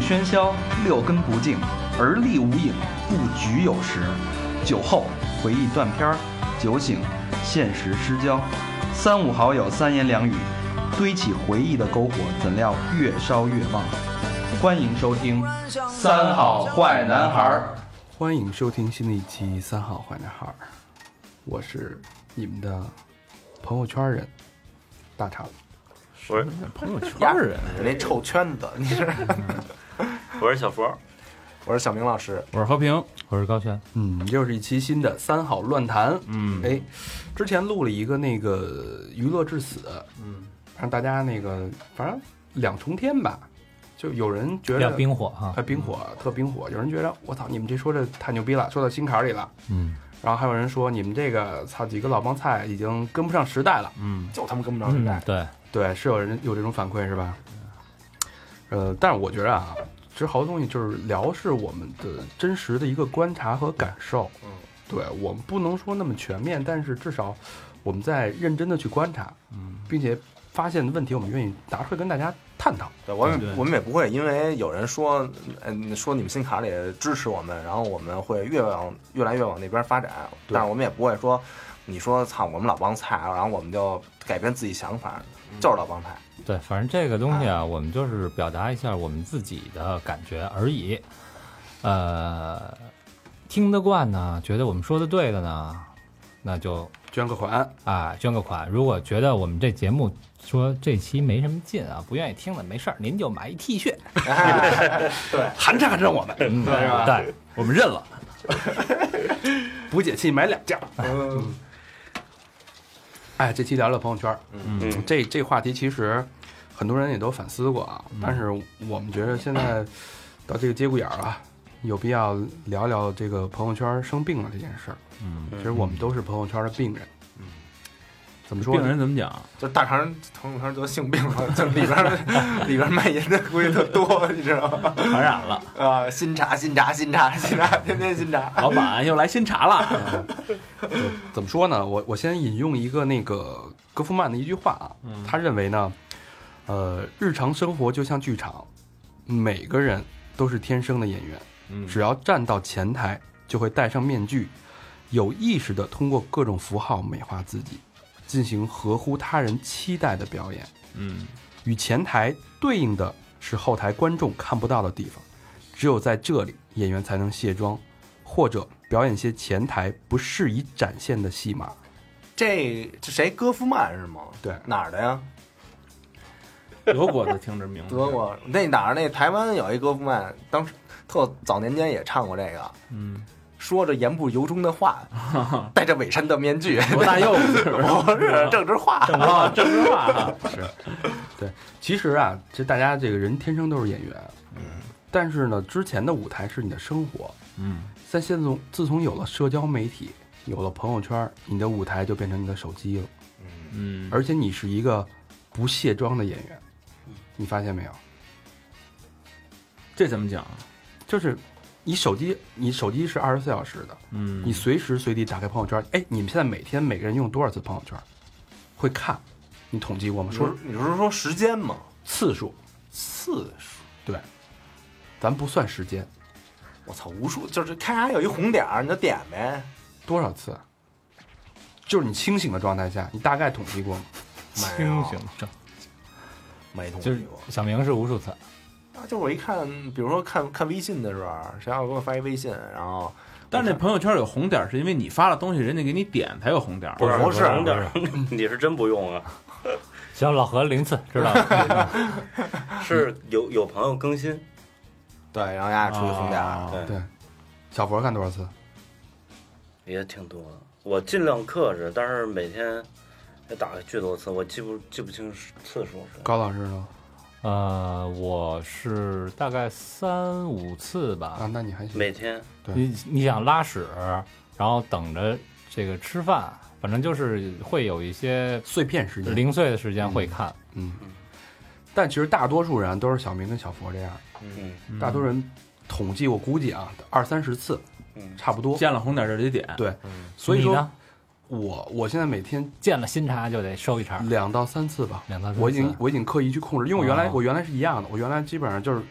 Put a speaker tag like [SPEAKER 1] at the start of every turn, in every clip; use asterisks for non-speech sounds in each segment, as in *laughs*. [SPEAKER 1] 喧嚣，六根不净，而立无影，不局有时。酒后回忆断片儿，酒醒现实失焦。三五好友三言两语，堆起回忆的篝火，怎料越烧越旺。欢迎收听《三好坏男孩儿
[SPEAKER 2] 欢迎收听新的一期《三好坏男孩》，儿》，我是你们的朋友圈人大肠。
[SPEAKER 3] 我是
[SPEAKER 2] 朋友圈人，
[SPEAKER 4] 那臭圈子，你是？
[SPEAKER 3] *laughs* 我是小佛，
[SPEAKER 4] 我是小明老师，
[SPEAKER 5] 我是和平，
[SPEAKER 6] 我是高轩，
[SPEAKER 2] 嗯，又是一期新的三好乱谈。
[SPEAKER 5] 嗯，
[SPEAKER 2] 哎，之前录了一个那个娱乐至死，
[SPEAKER 4] 嗯，
[SPEAKER 2] 让大家那个反正两重天吧，就有人觉
[SPEAKER 6] 要
[SPEAKER 2] 得
[SPEAKER 6] 冰火哈嗯
[SPEAKER 2] 哎，冰火特冰火，有人觉得我操，你们这说的太牛逼了，说到心坎儿里了。
[SPEAKER 6] 嗯，
[SPEAKER 2] 然后还有人说你们这个操几个老帮菜已经跟不上时代了。
[SPEAKER 4] 就他妈跟不上时
[SPEAKER 6] 嗯
[SPEAKER 4] 代，
[SPEAKER 6] 对，
[SPEAKER 2] 对，是有人有这种反馈是吧？呃，但是我觉得啊，其实好多东西就是聊是我们的真实的一个观察和感受。
[SPEAKER 4] 嗯，
[SPEAKER 2] 对我们不能说那么全面，但是至少我们在认真的去观察，嗯，并且发现的问题，我们愿意拿出来跟大家探讨。
[SPEAKER 4] 对我
[SPEAKER 6] 对
[SPEAKER 4] 们我们也不会因为有人说，嗯，说你们心卡里支持我们，然后我们会越往越来越往那边发展，
[SPEAKER 2] 对
[SPEAKER 4] 但是我们也不会说，你说操我们老帮菜，啊然后我们就改变自己想法，就是老帮菜，
[SPEAKER 6] 对，反正这个东西啊，我们就是表达一下我们自己的感觉而已。呃，听得惯呢，觉得我们说的对的呢，那就
[SPEAKER 2] 捐个款，
[SPEAKER 6] 啊捐个款。如果觉得我们这节目说这期没什么劲啊，不愿意听的没事儿，您就买一 T 恤，
[SPEAKER 2] 哎寒碜寒碜我们，
[SPEAKER 6] 嗯、对，
[SPEAKER 5] 我们认了。
[SPEAKER 2] 补解器买两件。嗯，哎，这期聊聊朋友圈儿。
[SPEAKER 3] 嗯，
[SPEAKER 2] 这这话题其实很多人也都反思过啊，但是我们觉得现在到这个节骨眼儿啊，有必要聊聊这个朋友圈生病了这件事儿。
[SPEAKER 6] 嗯，
[SPEAKER 2] 其实我们都是朋友圈的病人。嗯，怎么说
[SPEAKER 5] 病
[SPEAKER 2] 呢？
[SPEAKER 5] 人怎么讲？
[SPEAKER 4] 就是大肠朋友圈得性病了，就 *laughs* 里边 *laughs* 儿里边儿蔓延的估计特多，你知道吗？ *laughs*
[SPEAKER 5] 传染了，
[SPEAKER 4] 啊，新查新查新查新查，天天新查，
[SPEAKER 5] *laughs* 老板又来新茶
[SPEAKER 6] *laughs*
[SPEAKER 5] 了。
[SPEAKER 2] 怎么说呢？我我先引用一个那个戈夫曼的一句话啊，
[SPEAKER 5] 嗯
[SPEAKER 2] 他认为呢，呃，日常生活就像剧场，每个人都是天生的演员，
[SPEAKER 5] 嗯
[SPEAKER 2] 只要站到前台，就会戴上面具，有意识的通过各种符号美化自己，进行合乎他人期待的表演。
[SPEAKER 5] 嗯，
[SPEAKER 2] 与前台对应的是后台观众看不到的地方，只有在这里，演员才能卸妆，或者表演些前台不适宜展现的戏码。
[SPEAKER 4] 这这谁戈夫曼是吗？
[SPEAKER 2] 对
[SPEAKER 4] 哪儿的呀？
[SPEAKER 5] 德国的听着名字，
[SPEAKER 4] 德国那哪儿那台湾有一戈夫曼，当时特早年间也唱过这个，
[SPEAKER 5] 嗯，
[SPEAKER 4] 说着言不由衷的话，
[SPEAKER 5] *laughs*
[SPEAKER 4] 戴着伪善的面具，
[SPEAKER 5] 罗大佑是不
[SPEAKER 4] *laughs*
[SPEAKER 5] 是
[SPEAKER 4] 不是政治化。
[SPEAKER 5] 啊，郑智化，
[SPEAKER 2] 其实啊，这大家这个人天生都是演员，嗯，但是呢，之前的舞台是你的生活，
[SPEAKER 5] 嗯，
[SPEAKER 2] 在现从自从有了社交媒体，有了朋友圈，你的舞台就变成你的手机了，
[SPEAKER 5] 嗯，
[SPEAKER 2] 而且你是一个不卸妆的演员，你发现没有？
[SPEAKER 5] 这怎么讲？啊
[SPEAKER 2] 就是你手机，你手机是二十四小时的，
[SPEAKER 5] 嗯，
[SPEAKER 2] 你随时随地打开朋友圈，哎，你们现在每天每个人用多少次朋友圈？会看，你统计过吗？
[SPEAKER 4] 你
[SPEAKER 2] 说
[SPEAKER 4] *laughs*
[SPEAKER 5] 嗯
[SPEAKER 4] 说你是说时间吗？
[SPEAKER 2] 次数，
[SPEAKER 4] 次数，
[SPEAKER 2] 对，咱不算时间，
[SPEAKER 4] 我操，无数就是咔嚓有一红点儿，你就点呗。
[SPEAKER 2] 多少次？啊就是你清醒的状态下，你大概统计过吗？
[SPEAKER 4] 没
[SPEAKER 5] 哎
[SPEAKER 4] 有，没同
[SPEAKER 6] 就是
[SPEAKER 4] 意过。
[SPEAKER 6] 小明是无数次，
[SPEAKER 4] 啊，就是我一看，比如说看看微信的时候，谁要给我发一微信，然后
[SPEAKER 5] 但是那朋友圈有红点，是因为你发了东西，人家给你点才有红点。
[SPEAKER 3] 不是
[SPEAKER 4] 不是
[SPEAKER 3] 红点儿， *laughs* 你是真不用啊？
[SPEAKER 6] 行，老何零次知
[SPEAKER 5] *laughs*
[SPEAKER 6] 道了，
[SPEAKER 3] 是有有朋友更新，
[SPEAKER 4] 对，然后丫出一红点儿，
[SPEAKER 5] 啊
[SPEAKER 3] 对，
[SPEAKER 2] 对，小佛看多少次？
[SPEAKER 3] 也挺多的。我尽量克制，但是每天也打开巨多次，我记不记不清次数了。
[SPEAKER 2] 高老师呢？
[SPEAKER 6] 呃，我是大概三五次吧，
[SPEAKER 2] 啊，那你还行。
[SPEAKER 3] 每天
[SPEAKER 6] 你你想拉屎，然后等着这个吃饭，反正就是会有一些
[SPEAKER 2] 碎片时间，
[SPEAKER 6] 零碎的时间会看。
[SPEAKER 2] 嗯。但其实大多数人都是小明跟小佛这样，
[SPEAKER 3] 嗯，
[SPEAKER 2] 大多数人统计我估计啊，二三十次，
[SPEAKER 3] 嗯
[SPEAKER 2] 差不多。
[SPEAKER 5] 见了红点就得点。
[SPEAKER 2] 对，所以
[SPEAKER 6] 你
[SPEAKER 2] 说
[SPEAKER 6] 呢，
[SPEAKER 2] 我我现在每天
[SPEAKER 6] 见了新茶就得收一茬，
[SPEAKER 2] 两到三次吧，
[SPEAKER 6] 两到三次
[SPEAKER 2] 我已经我已经刻意去控制，因为我原来
[SPEAKER 6] 哦
[SPEAKER 2] 我原来是一样的，我原来基本上就是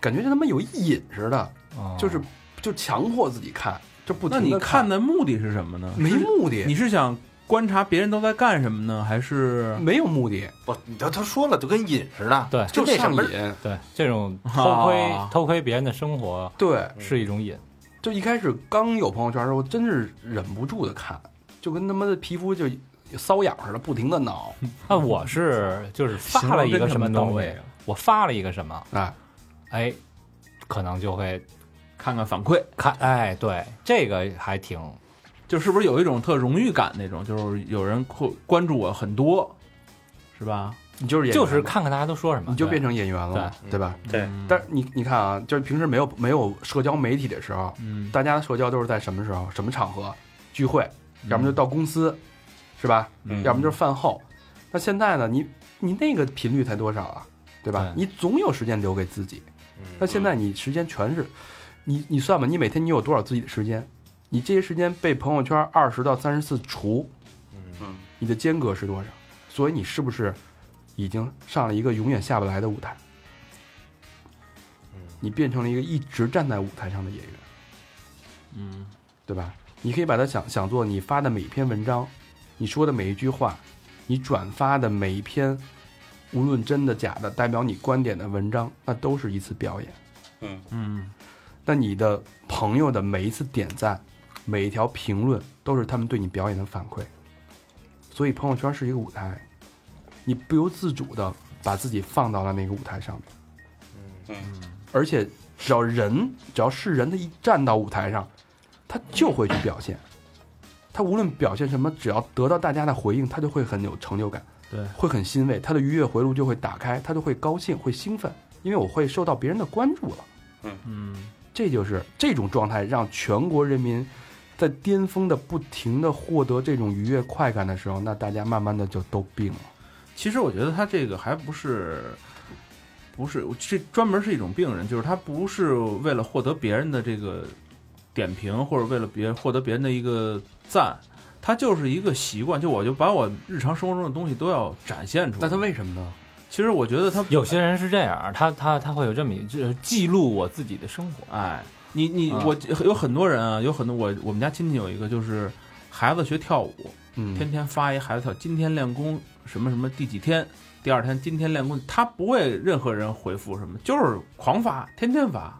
[SPEAKER 2] 感觉就他妈有一瘾似的，嗯
[SPEAKER 6] 哦
[SPEAKER 2] 就是就强迫自己看，嗯就不
[SPEAKER 5] 那
[SPEAKER 2] 停
[SPEAKER 5] 你
[SPEAKER 2] 的
[SPEAKER 5] 看的目的是什么呢？
[SPEAKER 2] 没
[SPEAKER 5] 是
[SPEAKER 2] 目的，
[SPEAKER 5] 你是想观察别人都在干什么呢，还是
[SPEAKER 2] 没有目的，
[SPEAKER 4] 不，你都他说了，就跟瘾似的，
[SPEAKER 6] 对
[SPEAKER 2] 就
[SPEAKER 4] 那什
[SPEAKER 2] 上
[SPEAKER 4] 么
[SPEAKER 2] 瘾。
[SPEAKER 6] 嗯对这种偷窥、
[SPEAKER 5] 啊
[SPEAKER 6] 偷窥别人的生活
[SPEAKER 2] 对，
[SPEAKER 6] 是一种瘾，
[SPEAKER 2] 就一开始刚有朋友圈的时候，我真是忍不住的看，就跟他妈的皮肤就瘙痒似的，不停的挠。
[SPEAKER 6] 那我是就是
[SPEAKER 5] 形
[SPEAKER 6] 发
[SPEAKER 5] 容
[SPEAKER 6] 了一
[SPEAKER 5] 真
[SPEAKER 6] 个
[SPEAKER 5] 他
[SPEAKER 6] 什
[SPEAKER 5] 妈
[SPEAKER 6] 么
[SPEAKER 5] 到
[SPEAKER 6] 东
[SPEAKER 5] 位
[SPEAKER 6] 西
[SPEAKER 5] 啊，
[SPEAKER 6] 我发了一个什么，
[SPEAKER 2] 哎，
[SPEAKER 6] 哎，可能就会
[SPEAKER 5] 看看反馈？
[SPEAKER 6] 看，哎，对，这个还挺
[SPEAKER 5] 就是不是有一种特荣誉感那种，就是有人会关注我很多，是吧？
[SPEAKER 2] 你就是演员
[SPEAKER 6] 就是看看大家都说什么，
[SPEAKER 2] 你就
[SPEAKER 6] 对
[SPEAKER 2] 变成演员了嘛，对吧？
[SPEAKER 3] 对
[SPEAKER 5] 嗯
[SPEAKER 2] 但是你你看啊，就是平时没有没有社交媒体的时候，
[SPEAKER 5] 嗯，
[SPEAKER 2] 大家的社交都是在什么时候、什么场合聚会，要么就到公司，是吧？
[SPEAKER 3] 嗯
[SPEAKER 2] 要么就是饭后。那现在呢，你你那个频率才多少啊？对吧？
[SPEAKER 6] 对
[SPEAKER 2] 你总有时间留给自己。那
[SPEAKER 4] 嗯
[SPEAKER 2] 现在你时间全是，你你算吧，你每天你有多少自己的时间？你这些时间被朋友圈二十到三十次除，
[SPEAKER 3] 嗯，
[SPEAKER 2] 你的间隔是多少？所以你是不是已经上了一个永远下不来的舞台？你变成了一个一直站在舞台上的演员，
[SPEAKER 5] 嗯，
[SPEAKER 2] 对吧？你可以把它想想做你发的每一篇文章，你说的每一句话，你转发的每一篇，无论真的假的，代表你观点的文章，那都是一次表演。
[SPEAKER 5] 嗯，
[SPEAKER 2] 那你的朋友的每一次点赞，每一条评论，都是他们对你表演的反馈。所以朋友圈是一个舞台，你不由自主的把自己放到了那个舞台上面。
[SPEAKER 3] 嗯
[SPEAKER 2] 而且只要人，只要是人，他一站到舞台上，他就会去表现。他无论表现什么，只要得到大家的回应，他就会很有成就感，
[SPEAKER 5] 对
[SPEAKER 2] 会很欣慰，他的愉悦回路就会打开，他就会高兴，会兴奋，因为我会受到别人的关注了。
[SPEAKER 5] 嗯，
[SPEAKER 2] 这就是这种状态，让全国人民在巅峰的不停的获得这种愉悦快感的时候，那大家慢慢的就都病了。
[SPEAKER 5] 其实我觉得他这个还不是，不是这专门是一种病人，就是他不是为了获得别人的这个点评，或者为了别获得别人的一个赞，他就是一个习惯，就我就把我日常生活中的东西都要展现出来。
[SPEAKER 2] 那他为什么呢？
[SPEAKER 5] 其实我觉得他
[SPEAKER 6] 有些人是这样，他他他会有这么一就是记录我自己的生活，
[SPEAKER 5] 哎，你你、
[SPEAKER 6] 啊
[SPEAKER 5] 我有很多人啊，有很多我我们家亲戚有一个就是孩子学跳舞，
[SPEAKER 2] 嗯，
[SPEAKER 5] 天天发一孩子跳，今天练功什么什么第几天，第二天今天练功，他不为任何人回复什么，就是狂发，天天发，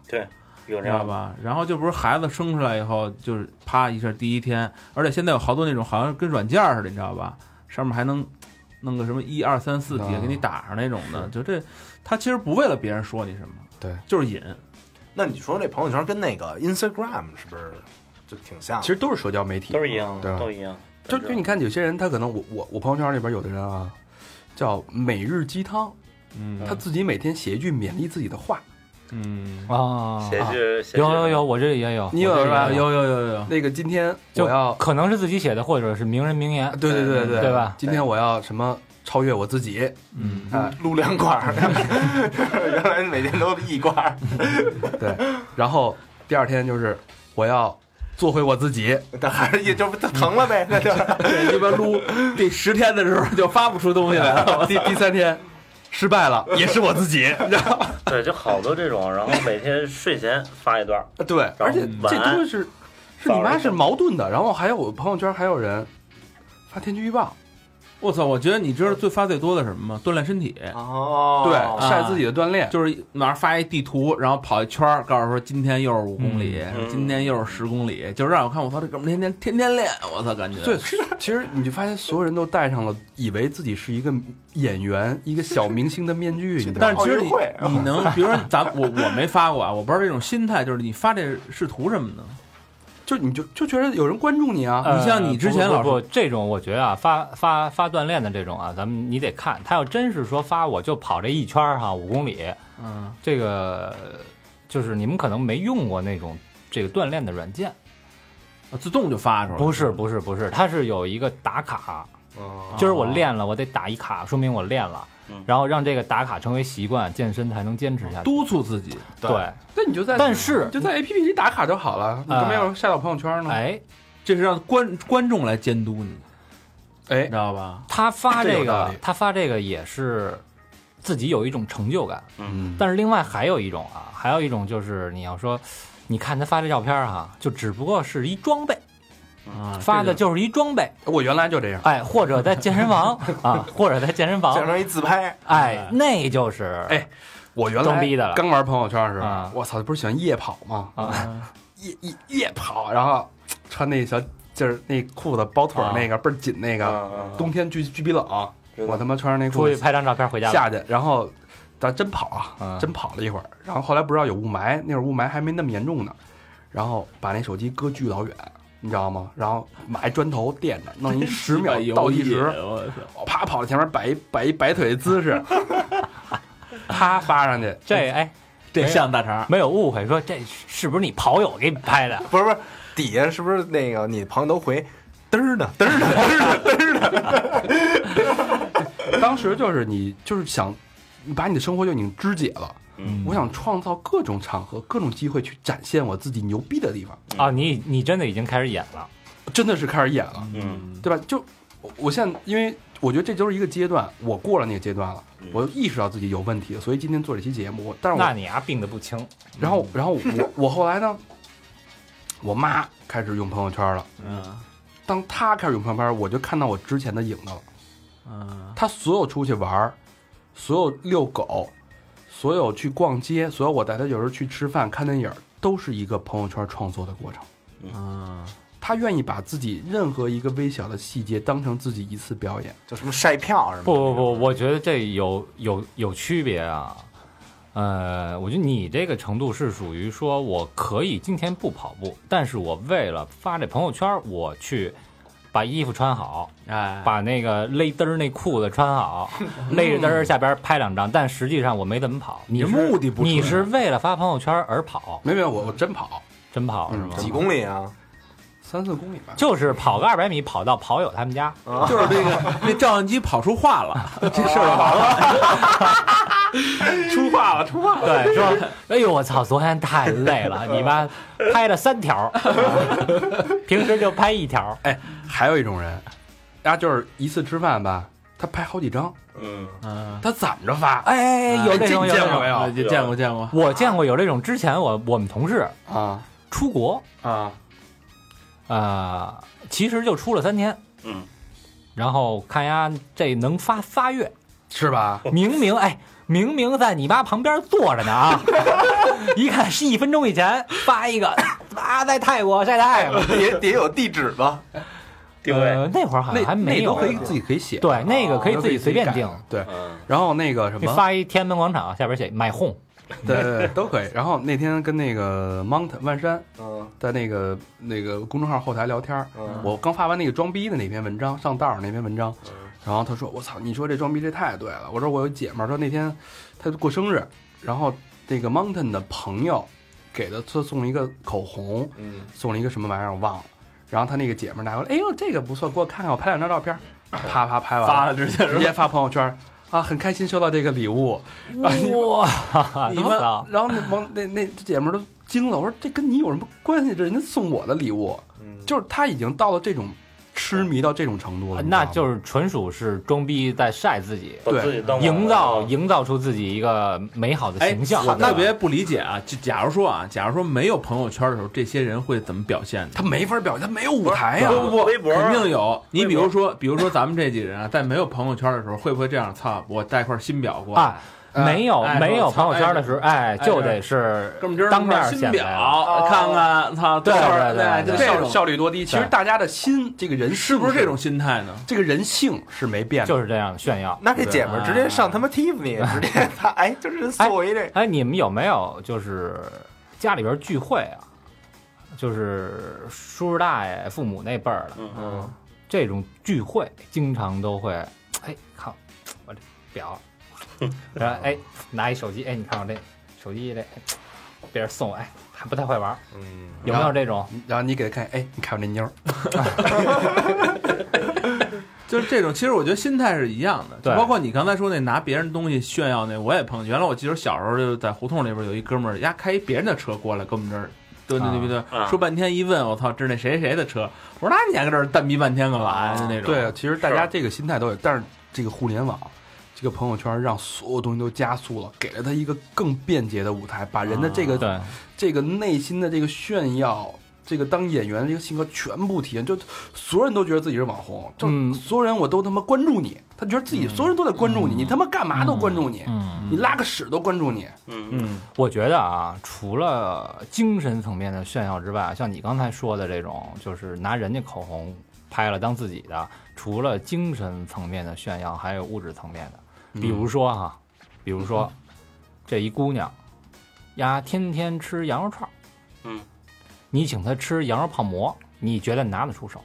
[SPEAKER 3] 有
[SPEAKER 5] 你
[SPEAKER 3] 这
[SPEAKER 5] 知
[SPEAKER 2] 啊
[SPEAKER 5] 道
[SPEAKER 3] 样吧？
[SPEAKER 5] 吧？然后就不是孩子生出来以后就是啪一下第一天，而且现在有好多那种好像跟软件似的，你知道吧？上面还能弄个什么一二三四
[SPEAKER 2] 啊
[SPEAKER 5] 底下给你打上那种的，就这他其实不为了别人说你什么，
[SPEAKER 2] 对，
[SPEAKER 5] 就是瘾，
[SPEAKER 4] 那你说这朋友圈跟那个 Instagram 是不是就挺像的？
[SPEAKER 2] 其实都是社交媒体，
[SPEAKER 3] 都是一样
[SPEAKER 2] 对
[SPEAKER 3] 的，
[SPEAKER 2] 吧
[SPEAKER 3] 都一样。
[SPEAKER 2] 就就你看有些人，他可能我我我朋友圈里边有的人啊，叫每日鸡汤，
[SPEAKER 5] 嗯
[SPEAKER 2] 他自己每天写一句勉励自己的话。
[SPEAKER 5] 嗯。
[SPEAKER 6] 啊，
[SPEAKER 3] 写句写句
[SPEAKER 6] 有有有，我这里也有，
[SPEAKER 2] 你有
[SPEAKER 6] 我这
[SPEAKER 2] 是
[SPEAKER 6] 里
[SPEAKER 2] 吧
[SPEAKER 6] 也
[SPEAKER 5] 有有有有，
[SPEAKER 2] 那个今天
[SPEAKER 6] 就
[SPEAKER 2] 我要，
[SPEAKER 6] 可能是自己写的，或者是名人名言，
[SPEAKER 2] 对对对对
[SPEAKER 6] 对吧
[SPEAKER 2] 今天我要什么超越我自己，
[SPEAKER 3] *laughs*
[SPEAKER 5] 嗯，
[SPEAKER 2] 哎
[SPEAKER 4] 撸两管儿， *laughs* 原来每天都一管儿，
[SPEAKER 2] 对，然后第二天就是我要做回我自己。
[SPEAKER 4] 但还是也就疼了呗，那就
[SPEAKER 2] 对，一般撸第十天的时候就发不出东西来了，第第三天失败了， *laughs* 也是我自己，你知道吗？
[SPEAKER 3] 对，就好多这种，然后每天睡前发一段，
[SPEAKER 2] 啊对，而且这
[SPEAKER 3] 晚安
[SPEAKER 2] 东西是是你妈是矛盾的，然后还有我朋友圈还有人发天气预报，
[SPEAKER 5] *laughs* 我操！我觉得你知道最发最多的是什么吗？锻炼身体，
[SPEAKER 4] 哦，
[SPEAKER 2] 对，晒自己的锻炼，
[SPEAKER 5] 就是马上发一地图，然后跑一圈儿，告诉说今天又是五公里，
[SPEAKER 3] 嗯
[SPEAKER 5] 今天又是十公里，就让我看我操这哥们儿天天天天练，我操感觉
[SPEAKER 2] 对，其实你就发现所有人都戴上了以为自己是一个演员、一个小明星的面具，你知道
[SPEAKER 5] 但
[SPEAKER 2] 吗？
[SPEAKER 5] 是其实你
[SPEAKER 4] 奥运会
[SPEAKER 5] 你能，比如说咱我我没发过啊，我不知道这种心态，就是你发这是图什么呢？
[SPEAKER 2] 就你就就觉得有人关注你啊，
[SPEAKER 6] 呃
[SPEAKER 5] 你像你之前
[SPEAKER 6] 不
[SPEAKER 5] 老
[SPEAKER 6] 不
[SPEAKER 5] 说
[SPEAKER 6] 不这种，我觉得啊，发发发锻炼的这种啊，咱们你得看，他要真是说发我就跑这一圈儿哈五公里，
[SPEAKER 5] 嗯，
[SPEAKER 6] 这个就是你们可能没用过那种这个锻炼的软件，
[SPEAKER 5] 啊自动就发出来，
[SPEAKER 6] 不是不是不是，它是有一个打卡，
[SPEAKER 4] 哦，
[SPEAKER 6] 就是我练了，我得打一卡，说明我练了
[SPEAKER 3] 嗯，
[SPEAKER 6] 然后让这个打卡成为习惯，健身才能坚持下去。
[SPEAKER 5] 督促自己，
[SPEAKER 6] 对，
[SPEAKER 2] 那你就在，
[SPEAKER 6] 但是
[SPEAKER 2] 你就在 A P P 里打卡就好了，你
[SPEAKER 6] 啊
[SPEAKER 2] 怎么有晒到朋友圈呢？
[SPEAKER 6] 哎，
[SPEAKER 5] 这是让观观众来监督你，你
[SPEAKER 2] 哎
[SPEAKER 5] 知，道吧？
[SPEAKER 6] 他发
[SPEAKER 2] 这
[SPEAKER 6] 这
[SPEAKER 2] 有道理
[SPEAKER 6] 个他发这个也是自己有一种成就感。
[SPEAKER 3] 嗯
[SPEAKER 6] 但是另外还有一种啊，还有一种就是你要说，你看他发这照片哈、就只不过是一装备，
[SPEAKER 3] 嗯
[SPEAKER 5] 啊，
[SPEAKER 6] 发的
[SPEAKER 5] 这个
[SPEAKER 6] 就是一装备，
[SPEAKER 2] 我原来就这样，
[SPEAKER 6] 哎，或者在健身房啊，或者在健
[SPEAKER 4] 变
[SPEAKER 6] 身房，
[SPEAKER 4] 成一自拍，
[SPEAKER 6] 哎，那就是
[SPEAKER 2] 哎我原来
[SPEAKER 6] 装逼的了
[SPEAKER 2] 刚玩朋友圈的时
[SPEAKER 6] 啊
[SPEAKER 2] 候，我操，不是喜欢夜跑吗？
[SPEAKER 6] 啊，
[SPEAKER 2] 夜夜夜跑，然后嘖穿那小就是那裤子包腿儿那个倍儿紧那个，
[SPEAKER 3] 啊
[SPEAKER 2] 冬天巨巨逼冷，
[SPEAKER 3] 知道
[SPEAKER 2] 我他妈穿上那
[SPEAKER 6] 出
[SPEAKER 2] 裤
[SPEAKER 6] 去
[SPEAKER 2] 子
[SPEAKER 6] 拍张照片回家吧，
[SPEAKER 2] 下去，然后咱真跑啊，
[SPEAKER 6] 嗯
[SPEAKER 2] 真跑了一会儿，然后后来不知道有雾霾，那会儿雾霾还没那么严重呢，然后把那手机搁巨老远，你知道吗？然后买砖头垫着，弄一
[SPEAKER 6] *laughs*
[SPEAKER 2] 十
[SPEAKER 6] 哎
[SPEAKER 2] 秒
[SPEAKER 5] 一百
[SPEAKER 2] 倒
[SPEAKER 5] 油
[SPEAKER 2] 计
[SPEAKER 5] 腻
[SPEAKER 2] 时，
[SPEAKER 5] 我操，
[SPEAKER 2] 我啪跑到前面摆一摆一摆腿姿势， *laughs* 啪发上去，
[SPEAKER 6] 这哎
[SPEAKER 5] 这像大肠，
[SPEAKER 6] 没有误会，说这是不是你跑友给你拍的？
[SPEAKER 4] 不是不是，底下是不是那个你朋友都回嘚儿呢嘚儿呢嘚儿呢？
[SPEAKER 2] 当时就是你就是想，你把你的生活就已经肢解了。
[SPEAKER 3] 嗯
[SPEAKER 2] 我想创造各种场合、各种机会去展现我自己牛逼的地方，
[SPEAKER 6] 啊，你你真的已经开始演了，
[SPEAKER 2] 真的是开始演了，
[SPEAKER 3] 嗯
[SPEAKER 2] 对吧？就我我现在，因为我觉得这就是一个阶段，我过了那个阶段了
[SPEAKER 3] 嗯，
[SPEAKER 2] 我意识到自己有问题了，所以今天做这期节目。我嗯但是
[SPEAKER 6] 那
[SPEAKER 2] 我，
[SPEAKER 6] 你啊病得不轻，
[SPEAKER 2] 然后，然后我我后来呢，我妈开始用朋友圈了。
[SPEAKER 5] 嗯
[SPEAKER 2] 当她开始用朋友圈，我就看到我之前的影子了。
[SPEAKER 5] 嗯，
[SPEAKER 2] 他所有出去玩儿，所有遛狗，所有去逛街，所有我带他有时候去吃饭、看电影儿，都是一个朋友圈创作的过程。
[SPEAKER 5] 嗯，
[SPEAKER 2] 他愿意把自己任何一个微小的细节当成自己一次表演。
[SPEAKER 4] 就什么晒票什么？
[SPEAKER 6] 不不不，，我觉得这有有有区别啊。呃，我觉得你这个程度是属于说，我可以今天不跑步，但是我为了发这朋友圈，我去把衣服穿好，
[SPEAKER 5] 哎，
[SPEAKER 6] 把那个勒嘚儿那裤子穿好，
[SPEAKER 2] *laughs*
[SPEAKER 6] 勒着嘚儿下边拍两张，但实际上我没怎么跑。你
[SPEAKER 2] 的
[SPEAKER 6] 是
[SPEAKER 2] 目的不纯啊
[SPEAKER 6] 你是为了发朋友圈而跑，
[SPEAKER 2] 没有没有，我我真跑
[SPEAKER 6] 真跑是
[SPEAKER 2] 嗯
[SPEAKER 6] 吗？
[SPEAKER 4] 几公里啊？
[SPEAKER 2] 三四公里吧，
[SPEAKER 6] 就是跑个二百米，跑到跑友他们家。
[SPEAKER 2] 哦
[SPEAKER 5] 就是那个那照相机跑出话了，这事儿就完了，
[SPEAKER 2] 出发了，出发了。
[SPEAKER 6] 对，说，哎呦我操，昨天太累了，你妈拍了三条， *laughs* 平时就拍一条，
[SPEAKER 2] 哎，还有一种人，他就是一次吃饭吧，他拍好几张，
[SPEAKER 3] 嗯
[SPEAKER 5] 嗯，
[SPEAKER 2] 他攒着发。
[SPEAKER 6] 哎，有这种
[SPEAKER 2] 你
[SPEAKER 6] 有这
[SPEAKER 2] 见过
[SPEAKER 6] 种
[SPEAKER 2] 没，有
[SPEAKER 5] 也见过见过，
[SPEAKER 6] 我见过有这种。之前我我们同事
[SPEAKER 2] 啊
[SPEAKER 6] 出国，
[SPEAKER 2] 啊？
[SPEAKER 6] 呃，其实就出了三天，
[SPEAKER 3] 嗯，
[SPEAKER 6] 然后看呀这能发仨月，
[SPEAKER 2] 是吧？
[SPEAKER 6] 明明哎。明明在你妈旁边坐着呢啊！
[SPEAKER 2] *laughs*
[SPEAKER 6] 一看是一分钟以前发一个 *coughs* 啊，在泰国晒太阳，
[SPEAKER 4] 也也有地址吧？
[SPEAKER 3] 定位
[SPEAKER 6] 呃那会儿好
[SPEAKER 2] 那
[SPEAKER 6] 像还
[SPEAKER 2] 那
[SPEAKER 6] 没
[SPEAKER 2] 都
[SPEAKER 6] 有
[SPEAKER 2] 可以自己可以写，
[SPEAKER 6] 对，那个可以
[SPEAKER 2] 哦
[SPEAKER 5] 哦
[SPEAKER 2] 都
[SPEAKER 6] 自己随便
[SPEAKER 2] 改
[SPEAKER 6] 定。
[SPEAKER 2] 对，
[SPEAKER 3] 嗯
[SPEAKER 2] 然后那个什
[SPEAKER 6] 你
[SPEAKER 2] 么，
[SPEAKER 6] 发一天安门广场，下边写买 home，
[SPEAKER 2] 对对对，都可以。然后那天跟那个 Mount 万山
[SPEAKER 4] 嗯
[SPEAKER 2] 在那个那个公众号后台聊天儿，
[SPEAKER 4] 嗯
[SPEAKER 2] 我刚发完那个装逼的那篇文章，上道儿那篇文章，然后他说我操，你说这装逼这太对了。我说我有姐们儿，说那天她过生日，然后那个 Mountain 的朋友给了她送了一个口红，
[SPEAKER 4] 嗯，
[SPEAKER 2] 送了一个什么玩意儿我忘了。然后她那个姐们儿拿过来，哎呦这个不错，给我看看，我拍两张照片儿，啪啪拍完
[SPEAKER 5] 发
[SPEAKER 2] 了，
[SPEAKER 5] 了直接
[SPEAKER 2] 直接发朋友圈儿啊，很开心收到这个礼物。
[SPEAKER 5] *laughs*
[SPEAKER 6] 哇，啊
[SPEAKER 2] 然后，然后那王那那这姐们儿都惊了，我说这跟你有什么关系？这人家送我的礼物，
[SPEAKER 4] 嗯
[SPEAKER 2] 就是他已经到了这种痴迷到这种程度了，
[SPEAKER 6] 啊那
[SPEAKER 2] 你知道
[SPEAKER 6] 就
[SPEAKER 2] 吗
[SPEAKER 6] 是纯属是装逼在晒自己，
[SPEAKER 3] 把自己当
[SPEAKER 6] 营造
[SPEAKER 3] 网红
[SPEAKER 6] 营造出自己一个美好的
[SPEAKER 5] 哦哎，
[SPEAKER 6] 形象。
[SPEAKER 5] 我特别不理解啊，就假如说啊，假如说没有朋友圈的时候，这些人会怎么表现呢？哎
[SPEAKER 2] 他没法表现，他没有舞台
[SPEAKER 6] 哎
[SPEAKER 2] 啊呀、
[SPEAKER 3] 不不不，微博
[SPEAKER 5] 肯定有，你
[SPEAKER 3] 微博
[SPEAKER 5] 比如说，比如说咱们这几人啊，在没有朋友圈的时候，会不会这样？操，我带块新表过来，
[SPEAKER 6] 啊，没有
[SPEAKER 5] 哎
[SPEAKER 6] 没有
[SPEAKER 5] 我操
[SPEAKER 6] 朋友圈的时候，哎，
[SPEAKER 5] 哎
[SPEAKER 6] 就得是
[SPEAKER 5] 哥们儿今儿
[SPEAKER 6] 当面
[SPEAKER 5] 弄块新
[SPEAKER 6] 显摆啊。
[SPEAKER 3] 哦
[SPEAKER 5] 表，看看，操，
[SPEAKER 6] 对
[SPEAKER 5] 这
[SPEAKER 6] 对
[SPEAKER 5] 儿
[SPEAKER 6] 对
[SPEAKER 5] 哎
[SPEAKER 6] 对
[SPEAKER 5] 就
[SPEAKER 2] 这
[SPEAKER 5] 这
[SPEAKER 2] 种
[SPEAKER 5] 种
[SPEAKER 2] 效率多低。其实大家的心，这个人
[SPEAKER 5] 是不是这种心态呢？
[SPEAKER 2] 这个人性是没变的，
[SPEAKER 6] 就是这样的炫耀。
[SPEAKER 4] 那这姐们儿直接上他妈 Tiffany，直接他哎，就是送我一这
[SPEAKER 6] 哎，你们有没有就是家里边聚会啊？就是叔叔大爷、父母那辈儿的，啊
[SPEAKER 3] 嗯
[SPEAKER 4] 嗯
[SPEAKER 6] 这种聚会经常都会，哎，看我这表，然后哎拿一手机，哎你看我这手机这，哎别人送我，哎还不太会玩，
[SPEAKER 4] 嗯，
[SPEAKER 6] 有没有这种？
[SPEAKER 2] 然后你给他看，哎，你看我这妞儿，
[SPEAKER 5] 就是这种，其实我觉得心态是一样的，
[SPEAKER 6] 对
[SPEAKER 5] 就包括你刚才说那拿别人东西炫耀那，我也碰见。原来我记得小时候就在胡同里边有一哥们儿，丫开一别人的车过来跟我们这儿。对对对对，
[SPEAKER 3] 啊
[SPEAKER 5] 说半天一问，我操，这是那谁谁谁的车？我说
[SPEAKER 2] 啊
[SPEAKER 5] 那你还搁这儿蛋逼半天干嘛呀？就那种，
[SPEAKER 2] 对，，其实大家这个心态都有，但是这个互联网这个朋友圈让所有东西都加速了，给了他一个更便捷的舞台，把人的这个、
[SPEAKER 6] 对，
[SPEAKER 2] 这个内心的这个炫耀，这个当演员的这个性格全部体现，就所有人都觉得自己是网红，就
[SPEAKER 6] 嗯
[SPEAKER 2] 所有人我都他妈关注你，他觉得自己所有人都在关注你，你他妈干嘛都关注你，
[SPEAKER 6] 嗯，
[SPEAKER 2] 你拉个屎都关注你，
[SPEAKER 3] 嗯
[SPEAKER 4] 嗯，
[SPEAKER 6] 我觉得啊，除了精神层面的炫耀之外，像你刚才说的这种，就是拿人家口红拍了当自己的，除了精神层面的炫耀，还有物质层面的，比如说哈、比如说、这一姑娘，丫天天吃羊肉串，
[SPEAKER 3] 嗯，
[SPEAKER 6] 你请她吃羊肉泡馍，你觉得拿得出手，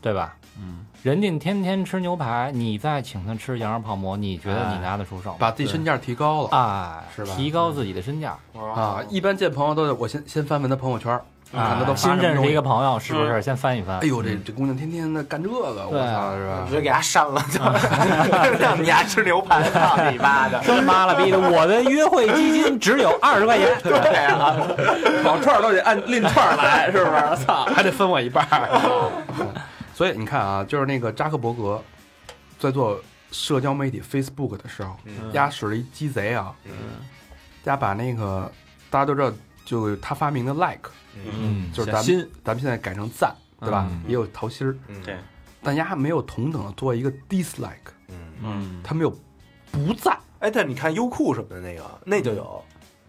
[SPEAKER 6] 对吧？
[SPEAKER 5] 嗯，
[SPEAKER 6] 人家天天吃牛排，你再请她吃羊肉泡馍，你觉得你拿得出手吗？
[SPEAKER 2] 哎把自己身价提高了
[SPEAKER 6] 啊，
[SPEAKER 2] 是吧嗯
[SPEAKER 6] 提高自己的身价。
[SPEAKER 2] 啊！一般见朋友都得我先先翻翻他朋友圈，看
[SPEAKER 6] 啊
[SPEAKER 2] 他都，发
[SPEAKER 6] 新
[SPEAKER 2] 什么
[SPEAKER 6] 认
[SPEAKER 2] 东
[SPEAKER 6] 识
[SPEAKER 2] 西
[SPEAKER 6] 一个。朋友，是不是先翻一翻？
[SPEAKER 2] 哎呦，这这姑娘天天的干这个，我
[SPEAKER 6] 对啊
[SPEAKER 2] 操，是吧
[SPEAKER 4] 直？接给他删了，就让你丫吃牛排，操你妈
[SPEAKER 6] *laughs*
[SPEAKER 4] 的！
[SPEAKER 6] 真妈了逼的！我的约会基金只有二十块钱，
[SPEAKER 4] 对啊，
[SPEAKER 2] *laughs* 烤串儿都得按拎串儿 *laughs* 来，是不是？操，还得分我一半儿。 *laughs* 所以你看啊，就是那个扎克伯格在做社交媒体 Facebook 的时候，
[SPEAKER 4] 嗯
[SPEAKER 2] 压使了一鸡贼啊，
[SPEAKER 4] 嗯
[SPEAKER 2] 压把那个大家都知道，就是他发明的 like，
[SPEAKER 4] 嗯
[SPEAKER 2] 就是咱
[SPEAKER 5] 小
[SPEAKER 2] 们
[SPEAKER 5] 心
[SPEAKER 2] 咱们现在改成赞，对吧？也有桃心儿，
[SPEAKER 4] 嗯
[SPEAKER 3] 对
[SPEAKER 2] 但压没有同等的做一个 dislike，
[SPEAKER 4] 嗯。
[SPEAKER 5] 嗯，
[SPEAKER 2] 他没有不赞，
[SPEAKER 4] 哎，但你看优酷什么的那个，那就有，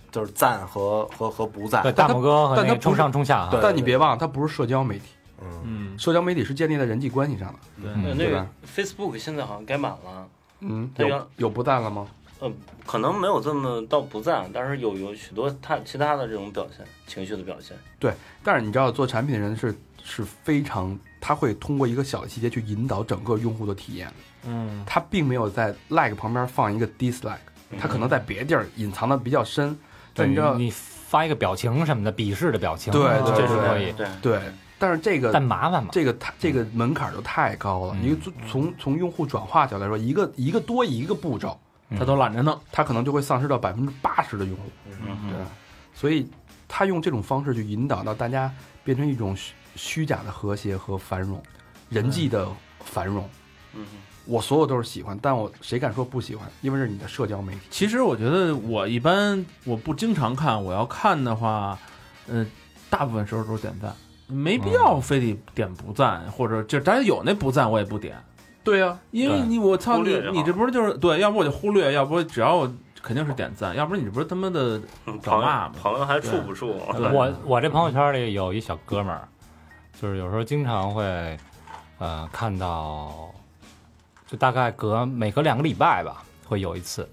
[SPEAKER 4] 就是赞和和和不赞
[SPEAKER 6] 对，。大拇哥和
[SPEAKER 2] 但
[SPEAKER 6] 那
[SPEAKER 2] 他
[SPEAKER 6] 个冲上冲下
[SPEAKER 4] 对
[SPEAKER 6] 啊，
[SPEAKER 2] 但你别忘了，它不是社交媒体，
[SPEAKER 4] 嗯，
[SPEAKER 5] 嗯，
[SPEAKER 2] 社交媒体是建立在人际关系上的。
[SPEAKER 3] 对，
[SPEAKER 6] 嗯
[SPEAKER 3] 那
[SPEAKER 2] 对
[SPEAKER 3] 个
[SPEAKER 2] 吧
[SPEAKER 3] Facebook 现在好像改版了，
[SPEAKER 2] 嗯，
[SPEAKER 3] 它原
[SPEAKER 2] 有有不赞了吗？
[SPEAKER 3] 呃，可能没有这么到不赞，但是有有许多他其他的这种表现，情绪的表现。
[SPEAKER 2] 但是你知道，做产品的人是是非常，他会通过一个小的细节去引导整个用户的体验。嗯，他并没有在 like 旁边放一个 dislike，他可能在别地儿隐藏的比较深。但你知道，
[SPEAKER 6] 嗯你发一个表情什么的，鄙视的表情，啊
[SPEAKER 2] 对
[SPEAKER 4] 对
[SPEAKER 6] 这是
[SPEAKER 2] 对
[SPEAKER 6] 可以，
[SPEAKER 3] 对，
[SPEAKER 2] 对，但是这
[SPEAKER 6] 但
[SPEAKER 2] 个
[SPEAKER 6] 麻烦嘛。
[SPEAKER 2] 这个它这个门槛就太高了。
[SPEAKER 6] 嗯
[SPEAKER 2] 因为从从从用户转化角度来说，一个一个多一个步骤，
[SPEAKER 5] 他都懒着弄，
[SPEAKER 2] 他可能就会丧失到百分之八十的用户。
[SPEAKER 3] 嗯
[SPEAKER 2] 对，啊所以他用这种方式去引导到大家变成一种虚虚假的和谐和繁荣，人际的繁荣。
[SPEAKER 3] 嗯
[SPEAKER 2] 我所有都是喜欢，但我谁敢说不喜欢？因为是你的社交 *laughs* 媒体。
[SPEAKER 5] 其实我觉得我一般我不经常看，我要看的话，呃，大部分时候都是点赞，没必要非得点不赞，或者就当然有那不赞我也不点，
[SPEAKER 2] 对呀、
[SPEAKER 5] 因为你我操
[SPEAKER 3] 啊忽
[SPEAKER 5] 你
[SPEAKER 3] 略就好
[SPEAKER 5] 你这不是就是对，要不我就忽略，要不只要我肯定是点赞，要不然你这不是他妈的呃
[SPEAKER 3] 嗯，
[SPEAKER 5] 找
[SPEAKER 3] 朋
[SPEAKER 5] 骂
[SPEAKER 3] 友
[SPEAKER 5] 嘛
[SPEAKER 3] 朋友还处不处？啊
[SPEAKER 5] 对
[SPEAKER 6] 我我这朋友圈里有一小哥们儿，就是有时候经常会，呃，看到，就大概隔每隔两个礼拜吧，会有一次，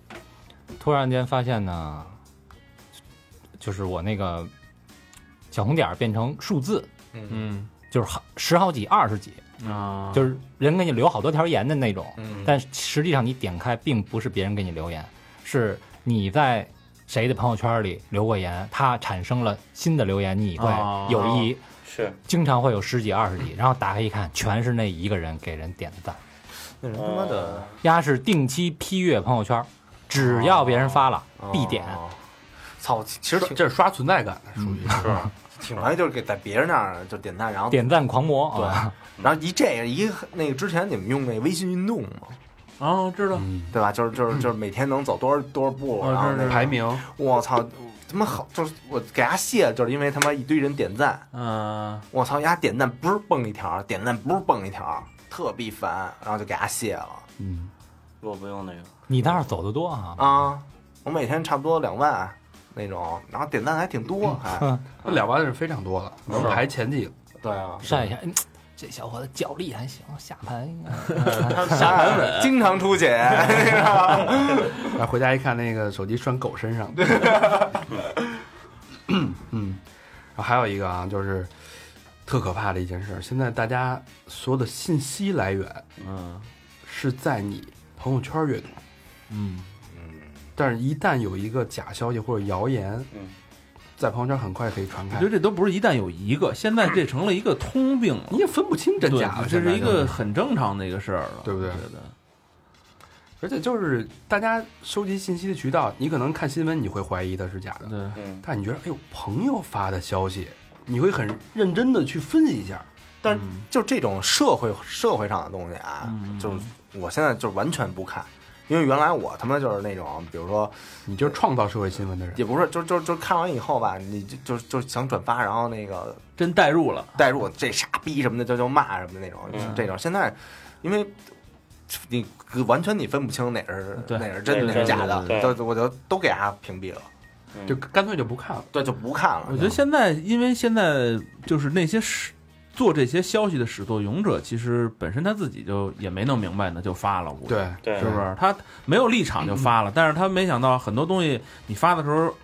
[SPEAKER 6] 突然间发现呢，就是我那个小红点儿变成数字，
[SPEAKER 5] 嗯
[SPEAKER 6] 就是好十好几、二十几，
[SPEAKER 5] 啊，
[SPEAKER 6] 就是人给你留好多条言的那种，
[SPEAKER 4] 嗯
[SPEAKER 6] 但实际上你点开并不是别人给你留言，是你在谁的朋友圈里留过言，他产生了新的留言，你会
[SPEAKER 5] 哦
[SPEAKER 6] 有意，
[SPEAKER 3] 是
[SPEAKER 6] 经常会有十几二十几，然后打开一看，全是那一个人给人点的赞，
[SPEAKER 4] 那人他妈的
[SPEAKER 6] 丫是定期批阅朋友圈，只要别人发了必点，
[SPEAKER 4] 哦操，其
[SPEAKER 2] 其
[SPEAKER 4] 实
[SPEAKER 2] 实这是刷存在感，属于是。
[SPEAKER 4] 挺容易，就是给在别人那儿就点赞，然后
[SPEAKER 6] 点赞狂魔啊，
[SPEAKER 4] 然后一这个一个那个之前你们用那微信运动嘛，
[SPEAKER 5] 啊，知道，
[SPEAKER 2] 嗯
[SPEAKER 4] 对吧？就是就是就是每天能走多少多少步，
[SPEAKER 5] 哦
[SPEAKER 4] 然后
[SPEAKER 5] 是
[SPEAKER 4] 那
[SPEAKER 5] 是
[SPEAKER 4] 个
[SPEAKER 2] 排名，
[SPEAKER 4] 我操，他妈好，就是我给他卸，就是因为他妈一堆人点赞，
[SPEAKER 5] 嗯，
[SPEAKER 4] 我操，丫点赞不是蹦一条，点赞不是蹦一条，特别烦，然后就给他卸了
[SPEAKER 6] 嗯，
[SPEAKER 3] 我不用那个，
[SPEAKER 6] 你倒是走得多啊，
[SPEAKER 4] 啊！我每天差不多两万那种，然后点赞还挺多，还、
[SPEAKER 5] *laughs*
[SPEAKER 2] 这两万是非常多了，能排前几。
[SPEAKER 4] 对啊，
[SPEAKER 6] 晒一下，哎这小伙子脚力还行，下盘应该。
[SPEAKER 4] 啥版本？ *laughs* 经常出
[SPEAKER 5] *laughs*
[SPEAKER 4] 血，是吧
[SPEAKER 2] 然后回家一看，那个手机拴狗身 *laughs* 上。嗯，然后还有一个啊，就是特可怕的一件事儿，现在大家所有的信息来源，嗯，是在你朋友圈阅读，嗯但是一旦有一个假消息或者谣言，
[SPEAKER 3] 嗯，
[SPEAKER 2] 在朋友圈很快可以传
[SPEAKER 5] 我
[SPEAKER 2] 开
[SPEAKER 5] 觉得，这都不是一旦有一个，现在这成了一个通病了
[SPEAKER 2] 你。也分不清真
[SPEAKER 5] 对
[SPEAKER 2] 假了，
[SPEAKER 5] 这
[SPEAKER 2] 现在
[SPEAKER 5] 是一
[SPEAKER 2] 就是
[SPEAKER 5] 个很正常的一个事儿了，
[SPEAKER 2] 对不对
[SPEAKER 5] 我觉得
[SPEAKER 2] 而且就是大家收集信息的渠道，你可能看新闻你会怀疑它是假的，
[SPEAKER 5] 对，
[SPEAKER 3] 嗯，
[SPEAKER 2] 但你觉得，哎呦，朋友发的消息，你会很认真的去分析一下。
[SPEAKER 4] 但是 *laughs* 就这种社会社会上的东西啊，
[SPEAKER 5] 嗯
[SPEAKER 4] 就是我现在就是完全不看，因为原来我他妈就是那种，比如说
[SPEAKER 2] 你就是创造社会新闻的人。
[SPEAKER 4] 也不是，就就就看完以后吧，你就就就想转发，然后那个
[SPEAKER 5] 真代入了，
[SPEAKER 4] 带入这傻逼什么的，就就骂什么的那种，
[SPEAKER 3] 嗯
[SPEAKER 4] 这种。现在因为你完全你分不清哪是
[SPEAKER 5] 对
[SPEAKER 4] 哪是真
[SPEAKER 3] 哪
[SPEAKER 4] 哪
[SPEAKER 3] 是真
[SPEAKER 4] 是假
[SPEAKER 3] 的对
[SPEAKER 4] 的，就我就都给他屏蔽了，
[SPEAKER 2] 就干脆就不看了。
[SPEAKER 4] 对，就不看了。
[SPEAKER 5] 嗯我觉得现在，因为现在就是那些始做这些消息的始作俑者，其实本身他自己就也没弄明白呢，就发了，估计
[SPEAKER 2] 对，
[SPEAKER 3] 对
[SPEAKER 5] 是不是？他没有立场就发了，但是他没想到很多东西你发的时候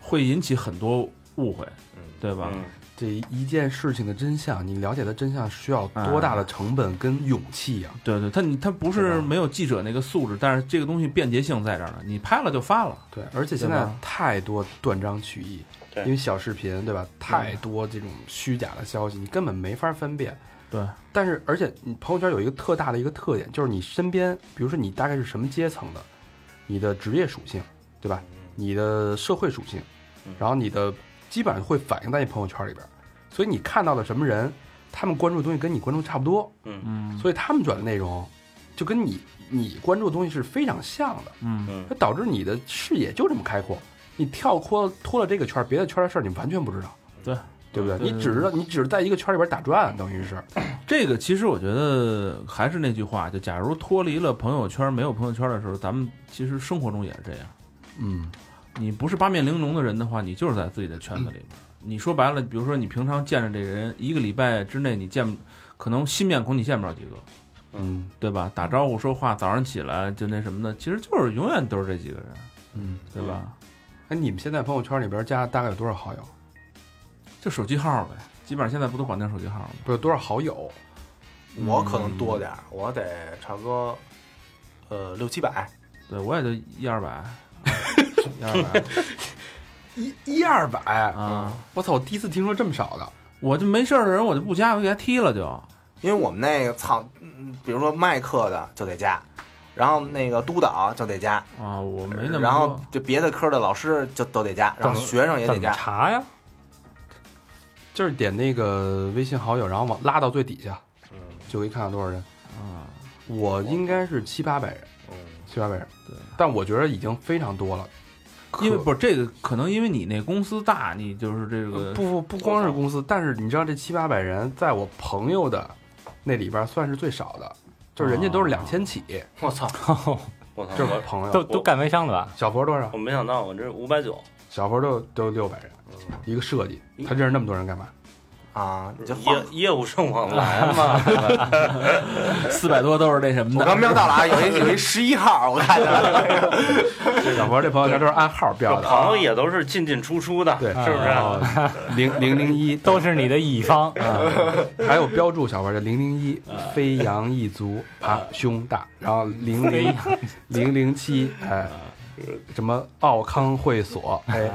[SPEAKER 5] 会引起很多误会，
[SPEAKER 4] 嗯
[SPEAKER 5] 对吧？
[SPEAKER 3] 嗯，
[SPEAKER 2] 这一件事情的真相，你了解的真相需要
[SPEAKER 5] 嗯
[SPEAKER 2] 多大的成本跟勇气呀、
[SPEAKER 5] 对对，他你他不
[SPEAKER 4] 对
[SPEAKER 5] 是
[SPEAKER 4] 吧
[SPEAKER 5] 没有记者那个素质，但是这个东西便捷性在这儿呢，你拍了就发了，
[SPEAKER 2] 对，而且现在
[SPEAKER 5] 对吧
[SPEAKER 2] 太多断章取义，
[SPEAKER 3] 对嗯
[SPEAKER 2] 因为小视频对吧？太多这种虚假的消息，你根本没法分辨。
[SPEAKER 5] 对，
[SPEAKER 2] 但是，而且你朋友圈有一个特大的一个特点，就是你身边，比如说你大概是什么阶层的，你的职业属性，对吧？你的社会属性
[SPEAKER 3] 嗯，
[SPEAKER 2] 然后你的基本上会反映在你朋友圈里边儿。所以你看到了什么人，他们关注的东西跟你关注差不多，
[SPEAKER 3] 嗯
[SPEAKER 5] 嗯
[SPEAKER 2] 所以他们转的内容就跟你你关注的东西是非常像的，
[SPEAKER 5] 嗯，
[SPEAKER 3] 嗯
[SPEAKER 2] 它导致你的视野就这么开阔。你跳脱脱了这个圈儿，别的圈儿的事儿你完全不知道，
[SPEAKER 5] 对
[SPEAKER 2] 对不对？
[SPEAKER 5] 对
[SPEAKER 2] 你只知道你只是在一个圈儿里边打转，等于是
[SPEAKER 5] 这个其实我觉得还是那句话，就假如脱离了朋友圈，没有朋友圈的时候，咱们其实生活中也是这样。
[SPEAKER 2] 嗯。
[SPEAKER 5] 你不是八面玲珑的人的话，你就是在自己的圈子里面。你说白了，比如说你平常见着这人，一个礼拜之内你见，可能新面孔你见不着几个，
[SPEAKER 2] 嗯
[SPEAKER 5] 对吧？打招呼、说话，早上起来就那什么的，其实就是永远都是这几个人，
[SPEAKER 2] 嗯，
[SPEAKER 5] 对吧？
[SPEAKER 2] 哎，你们现在朋友圈里边加大概有多少好友？
[SPEAKER 5] 就手机号呗，基本上现在不都管那手机号了吗？
[SPEAKER 2] 不是多少好友？
[SPEAKER 4] 我可能多点儿，我得差不多呃六七百，
[SPEAKER 5] 对我也就一二百，一二百
[SPEAKER 2] *laughs* 一一二百！
[SPEAKER 5] 啊，
[SPEAKER 2] 我操，我第一次听说这么少的。
[SPEAKER 5] 我就没事儿的人我就不加，我给他踢了就。
[SPEAKER 4] 因为我们那个操，嗯比如说麦克的就得加，然后那个督导就得加，
[SPEAKER 5] 啊，我没那么多。
[SPEAKER 4] 然后就别的科的老师就都得加，然后学生也得
[SPEAKER 6] 怎么
[SPEAKER 4] 加。
[SPEAKER 6] 查呀？
[SPEAKER 2] 就是点那个微信好友，然后往拉到最底下，
[SPEAKER 3] 嗯
[SPEAKER 2] 就可以看到多少人。
[SPEAKER 5] 啊，
[SPEAKER 2] 我应该是七八百人，
[SPEAKER 4] 嗯，
[SPEAKER 2] 七八百人。
[SPEAKER 5] 对，
[SPEAKER 2] 但我觉得已经非常多了。
[SPEAKER 5] 因为
[SPEAKER 2] 可
[SPEAKER 5] 不是这个，可能因为你那公司大，你就是这个
[SPEAKER 3] 呃
[SPEAKER 2] 呃不不不光是公司，但是你知道这七八百人在我朋友的那里边算是最少的，就是人家
[SPEAKER 3] 啊
[SPEAKER 2] 都是两千起，
[SPEAKER 4] 我操，
[SPEAKER 3] 我操，
[SPEAKER 2] 这是
[SPEAKER 3] 我
[SPEAKER 2] 朋
[SPEAKER 6] 都
[SPEAKER 2] 友。
[SPEAKER 6] 都干微商的吧？
[SPEAKER 2] 小佛多少
[SPEAKER 3] 我？没想到我这五百九，
[SPEAKER 2] 小佛都都六百人，
[SPEAKER 3] 嗯
[SPEAKER 2] 一个设计，他认识那么多人干嘛？
[SPEAKER 4] 啊，你就晃
[SPEAKER 3] 业业务上往来嘛，
[SPEAKER 5] *laughs* 四百多都是那什么
[SPEAKER 4] 我刚瞄到了啊，有一有一十一号，我看见了。
[SPEAKER 2] 小佛这朋友圈都是按号标的，
[SPEAKER 3] 朋友也都是进进出出的，
[SPEAKER 2] 对，哦
[SPEAKER 3] 是不啊是？
[SPEAKER 2] 是？零零零一
[SPEAKER 6] 都是你的乙方，
[SPEAKER 2] *laughs* 还有标注小佛这零零一，飞扬一族啊，胸大，然后零零 *laughs* 零零七，哎，什么奥康会所，哎，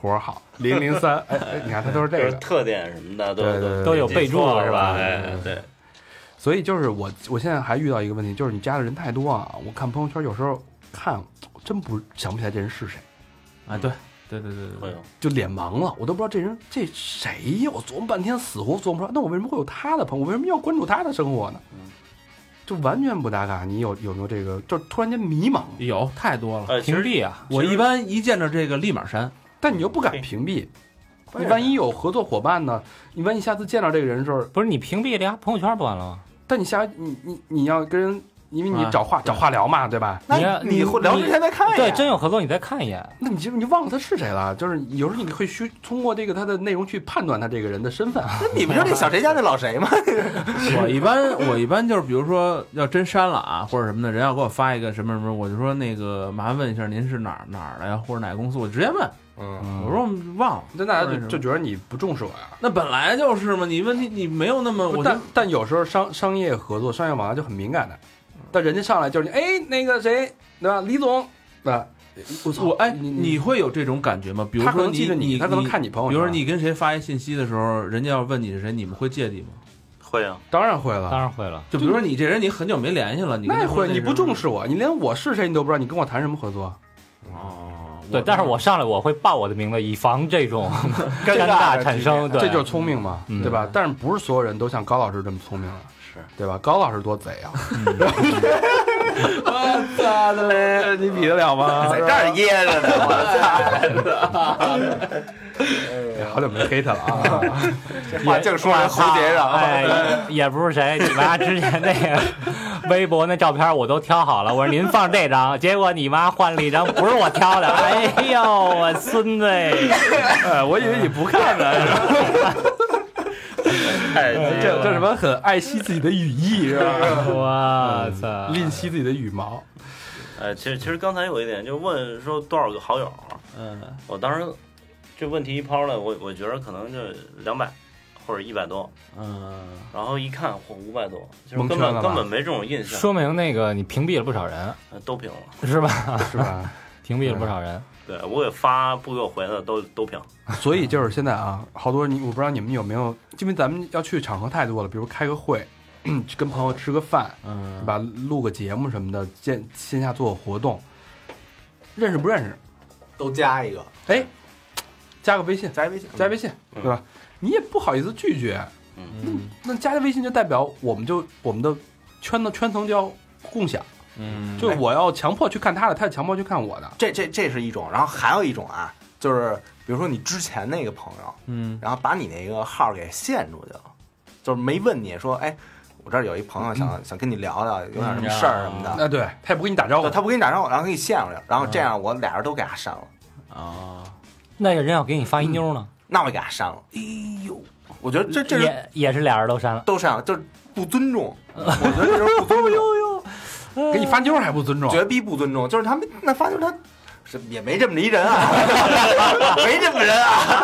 [SPEAKER 2] 活儿好，零零三，哎，哎你看他都是这
[SPEAKER 3] 就是
[SPEAKER 2] 个。
[SPEAKER 3] 特点什么的都
[SPEAKER 2] 对对对
[SPEAKER 6] 都有备注
[SPEAKER 3] 了
[SPEAKER 6] 是吧？
[SPEAKER 3] 哎，对，
[SPEAKER 2] 所以就是我，我现在还遇到一个问题，就是你加的人太多啊。我看朋友圈有时候看，真不想不起来这人是谁，
[SPEAKER 5] 啊，对对对对
[SPEAKER 3] 会
[SPEAKER 5] 对，
[SPEAKER 3] 有
[SPEAKER 2] 就脸盲了，我都不知道这人这谁呀？我琢磨半天，死活琢磨不出来。那我为什么会有他的朋友？我为什么要关注他的生活呢
[SPEAKER 3] 嗯？
[SPEAKER 2] 就完全不搭嘎。你有有没有这个？就突然间迷茫，
[SPEAKER 5] 有太多了。
[SPEAKER 2] 哎
[SPEAKER 3] 呃，其实
[SPEAKER 6] 屏蔽啊，
[SPEAKER 5] 我一般一见着这个立马
[SPEAKER 2] *laughs*
[SPEAKER 5] 删，
[SPEAKER 2] 但你又不敢屏蔽。你万一有合作伙伴呢？你万一下次见到这个人的时候，
[SPEAKER 6] 不是你屏蔽俩朋友圈不完了吗？
[SPEAKER 2] 但你下你你你要跟人，因为你
[SPEAKER 5] 啊
[SPEAKER 2] 找话、找话聊嘛，对吧？
[SPEAKER 6] 你
[SPEAKER 4] 那
[SPEAKER 6] 要
[SPEAKER 4] 你
[SPEAKER 6] 你
[SPEAKER 4] 会聊之前再看一眼。
[SPEAKER 6] 对，真有合作你再看一眼，
[SPEAKER 2] 那你就你忘了他是谁了？就是有时候你会去通过这个他的内容去判断他这个人的身份。啊
[SPEAKER 4] 那你们知道那小谁家那老谁吗？
[SPEAKER 5] 我一般我一般就是比如说要真删了啊，或者什么的，人要给我发一个什么什么，我就说那个麻烦问一下您是哪儿哪儿的呀，或者哪个公司，我直接问，
[SPEAKER 4] 嗯，
[SPEAKER 5] 我说我忘了。
[SPEAKER 2] 那大家
[SPEAKER 5] 为
[SPEAKER 2] 就
[SPEAKER 5] 什么
[SPEAKER 2] 就觉得你不重视我呀？
[SPEAKER 5] 那本来就是嘛，你问题你没有那么，
[SPEAKER 2] 不
[SPEAKER 5] 我就
[SPEAKER 2] 但但有时候商商业合作、商业往来就很敏感的，
[SPEAKER 5] 嗯
[SPEAKER 2] 但人家上来就是你哎那个谁对吧？李总啊，我操
[SPEAKER 5] 我哎，
[SPEAKER 2] 你
[SPEAKER 5] 你会有这种感觉吗？比如
[SPEAKER 2] 他可
[SPEAKER 5] 说
[SPEAKER 2] 能记得
[SPEAKER 5] 你，
[SPEAKER 2] 他可能看你朋啊友
[SPEAKER 5] 比
[SPEAKER 2] 圈
[SPEAKER 5] 如说你跟谁发一信息的时候，人家要问你是谁，你们会芥蒂吗？
[SPEAKER 3] 会啊，
[SPEAKER 2] 当然会了，
[SPEAKER 6] 当然会了。
[SPEAKER 5] 就比如说你这人，你很久没联系了，你跟
[SPEAKER 2] 那也
[SPEAKER 5] 他说
[SPEAKER 2] 会
[SPEAKER 5] 这
[SPEAKER 2] 你
[SPEAKER 5] 是
[SPEAKER 2] 不重视我，你连我是谁你都不知道，你跟我谈什么合作？
[SPEAKER 5] 哦，
[SPEAKER 6] 对，
[SPEAKER 2] 嗯
[SPEAKER 6] 但是我上来我会报我的名字，以防
[SPEAKER 2] *laughs*
[SPEAKER 6] 这种尴尬产生。对，
[SPEAKER 2] 这就是聪明嘛，
[SPEAKER 6] 嗯
[SPEAKER 2] 对吧？但是不是所有人都像高老师这么聪明了，
[SPEAKER 3] 是
[SPEAKER 2] 对吧？高老师多贼啊！
[SPEAKER 4] 妈的嘞！
[SPEAKER 5] 你比得了吗？
[SPEAKER 4] *laughs* 在这儿掖着呢，我
[SPEAKER 2] 哎好久没黑他了
[SPEAKER 5] *laughs*
[SPEAKER 2] 啊！
[SPEAKER 4] 操！这话净说在蝴蝶上啊，
[SPEAKER 2] *laughs*
[SPEAKER 6] 哎，也也不是谁，你妈之前那个微博那照片我都挑好
[SPEAKER 2] *laughs*
[SPEAKER 6] 了，我说您放这张，结果你妈换了一张不是我挑的，哎呦，我孙子！
[SPEAKER 2] *laughs* 哎，我以为你不看呢，
[SPEAKER 3] 太
[SPEAKER 2] 这
[SPEAKER 3] 这
[SPEAKER 2] 这什么很爱惜自己的羽翼是
[SPEAKER 5] *laughs*
[SPEAKER 2] 吧？
[SPEAKER 6] 我操！
[SPEAKER 2] 吝惜自己的羽毛，
[SPEAKER 3] 哎，其实其实刚才有一点，就问说多少个好友，啊
[SPEAKER 5] 嗯，
[SPEAKER 3] 我当时这问题一抛出来，我我觉得可能就两百或者一百多，
[SPEAKER 5] 嗯，
[SPEAKER 3] 然后一看嚯五百多，就是
[SPEAKER 2] 蒙
[SPEAKER 3] 根
[SPEAKER 2] 圈
[SPEAKER 3] 本
[SPEAKER 2] 了吧
[SPEAKER 3] 根本没这种印象，
[SPEAKER 6] 说明那个你屏蔽了不少人，
[SPEAKER 3] 呃都平了。
[SPEAKER 2] *laughs*
[SPEAKER 6] 是吧？
[SPEAKER 2] 是吧？
[SPEAKER 6] 屏蔽了不少人。
[SPEAKER 3] 对我给发不给我回的都都平，
[SPEAKER 2] 所以就是现在啊，好多你我不知道你们有没有，因为咱们要去场合太多了，比如开个会， *clears throat* 跟朋友吃个饭，
[SPEAKER 5] 嗯
[SPEAKER 2] 对吧？录个节目什么的，线线下做个活动，认识不认识？
[SPEAKER 4] 都加一个，
[SPEAKER 2] 哎，加个微信，
[SPEAKER 4] 加一微信，
[SPEAKER 2] 加微信，对吧？你也不好意思拒绝，
[SPEAKER 5] 嗯
[SPEAKER 2] 那加了微信就代表我们就我们的圈的圈层就要共享，
[SPEAKER 5] 嗯，
[SPEAKER 2] 就是我要强迫去看他的，他也强迫去看我的。
[SPEAKER 4] 这这这是一种，然后还有一种啊，就是比如说你之前那个朋友，
[SPEAKER 5] 嗯
[SPEAKER 4] 然后把你那个号给限出去了，就是没问你说，哎，我这儿有一朋友想想跟你聊聊，有点什么事儿什么的，
[SPEAKER 2] 啊，对他也不跟你打招呼
[SPEAKER 4] 对，他不给你打招呼，然后给你限出去，然后这样我俩人都给他删了，
[SPEAKER 5] 啊，
[SPEAKER 6] 那个人要给你发一妞
[SPEAKER 2] 嗯
[SPEAKER 6] 呢，
[SPEAKER 4] 那我给他删了，哎呦，我觉得这这是
[SPEAKER 6] 也也是俩人都删了。
[SPEAKER 4] 都删了，就是不尊重，
[SPEAKER 5] 嗯
[SPEAKER 4] 我觉得这是
[SPEAKER 5] *laughs*
[SPEAKER 4] 不
[SPEAKER 5] 哎
[SPEAKER 4] 尊重，
[SPEAKER 2] 给你发妞还不尊重，
[SPEAKER 4] 绝逼不尊重，就是他们那发现他。是也没这么一
[SPEAKER 5] *laughs*
[SPEAKER 4] 人啊，没这么人啊，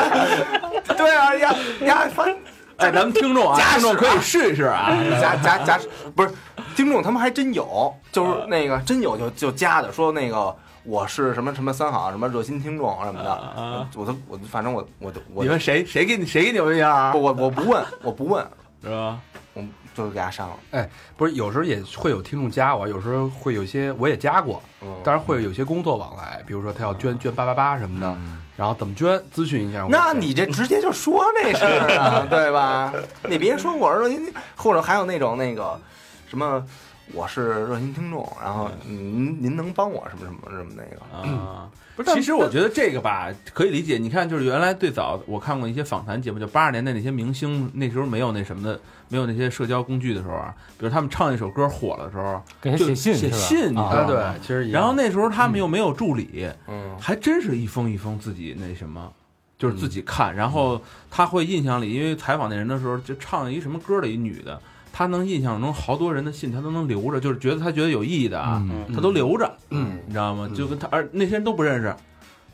[SPEAKER 4] 对啊，呀呀，反正
[SPEAKER 5] 哎，咱们听众啊，
[SPEAKER 4] 假
[SPEAKER 5] 听众
[SPEAKER 4] 使
[SPEAKER 5] 可以
[SPEAKER 4] 啊
[SPEAKER 5] 试试啊，
[SPEAKER 4] 加加加，不是听众他们还真有，
[SPEAKER 5] 啊
[SPEAKER 4] 就是那个真有就就加的，说那个我是什么什么三好什么热心听众什么的，我都我反正我我都我
[SPEAKER 5] 啊你们谁谁给你谁给你们一样啊
[SPEAKER 4] 不？我我不问我不问，
[SPEAKER 5] 是吧？
[SPEAKER 4] 我就是给他删了，
[SPEAKER 2] 哎，不是，有时候也会有听众加我，有时候会有些我也加过，
[SPEAKER 4] 嗯，
[SPEAKER 2] 当然会有些工作往来，比如说他要捐捐八八八什么的，然后怎么捐，咨询啊一下我。
[SPEAKER 4] 那你这直接就说这事儿啊，对吧？你别说我是热心，或者还有那种那个什么。我是热心听众，然后您您能帮我什么什么什么那个？
[SPEAKER 5] 啊，
[SPEAKER 2] 不是
[SPEAKER 5] 其实我觉得这个吧可以理解。你看，就是原来最早我看过一些访谈节目，就八十年代那些明星，那时候没有那什么的，没有那些社交工具的时候啊，比如他们唱一首歌火了的时候，
[SPEAKER 6] 给他
[SPEAKER 5] 就
[SPEAKER 6] 写信是
[SPEAKER 5] 写
[SPEAKER 6] 吧
[SPEAKER 5] 信，你知
[SPEAKER 2] 啊，
[SPEAKER 5] 道吗
[SPEAKER 2] 对，？其实一样
[SPEAKER 5] 然后那时候他们又没有助理，
[SPEAKER 4] 嗯，
[SPEAKER 5] 还真是一封一封自己那什么，就是自己看，然后他会印象里，因为采访那人的时候，就唱一什么歌的一女的，他能印象中好多人的信，他都能留着，就是觉得他觉得有意义的啊，
[SPEAKER 2] 嗯
[SPEAKER 5] 他都留着，嗯，你知道吗？就跟他，而那些人都不认识。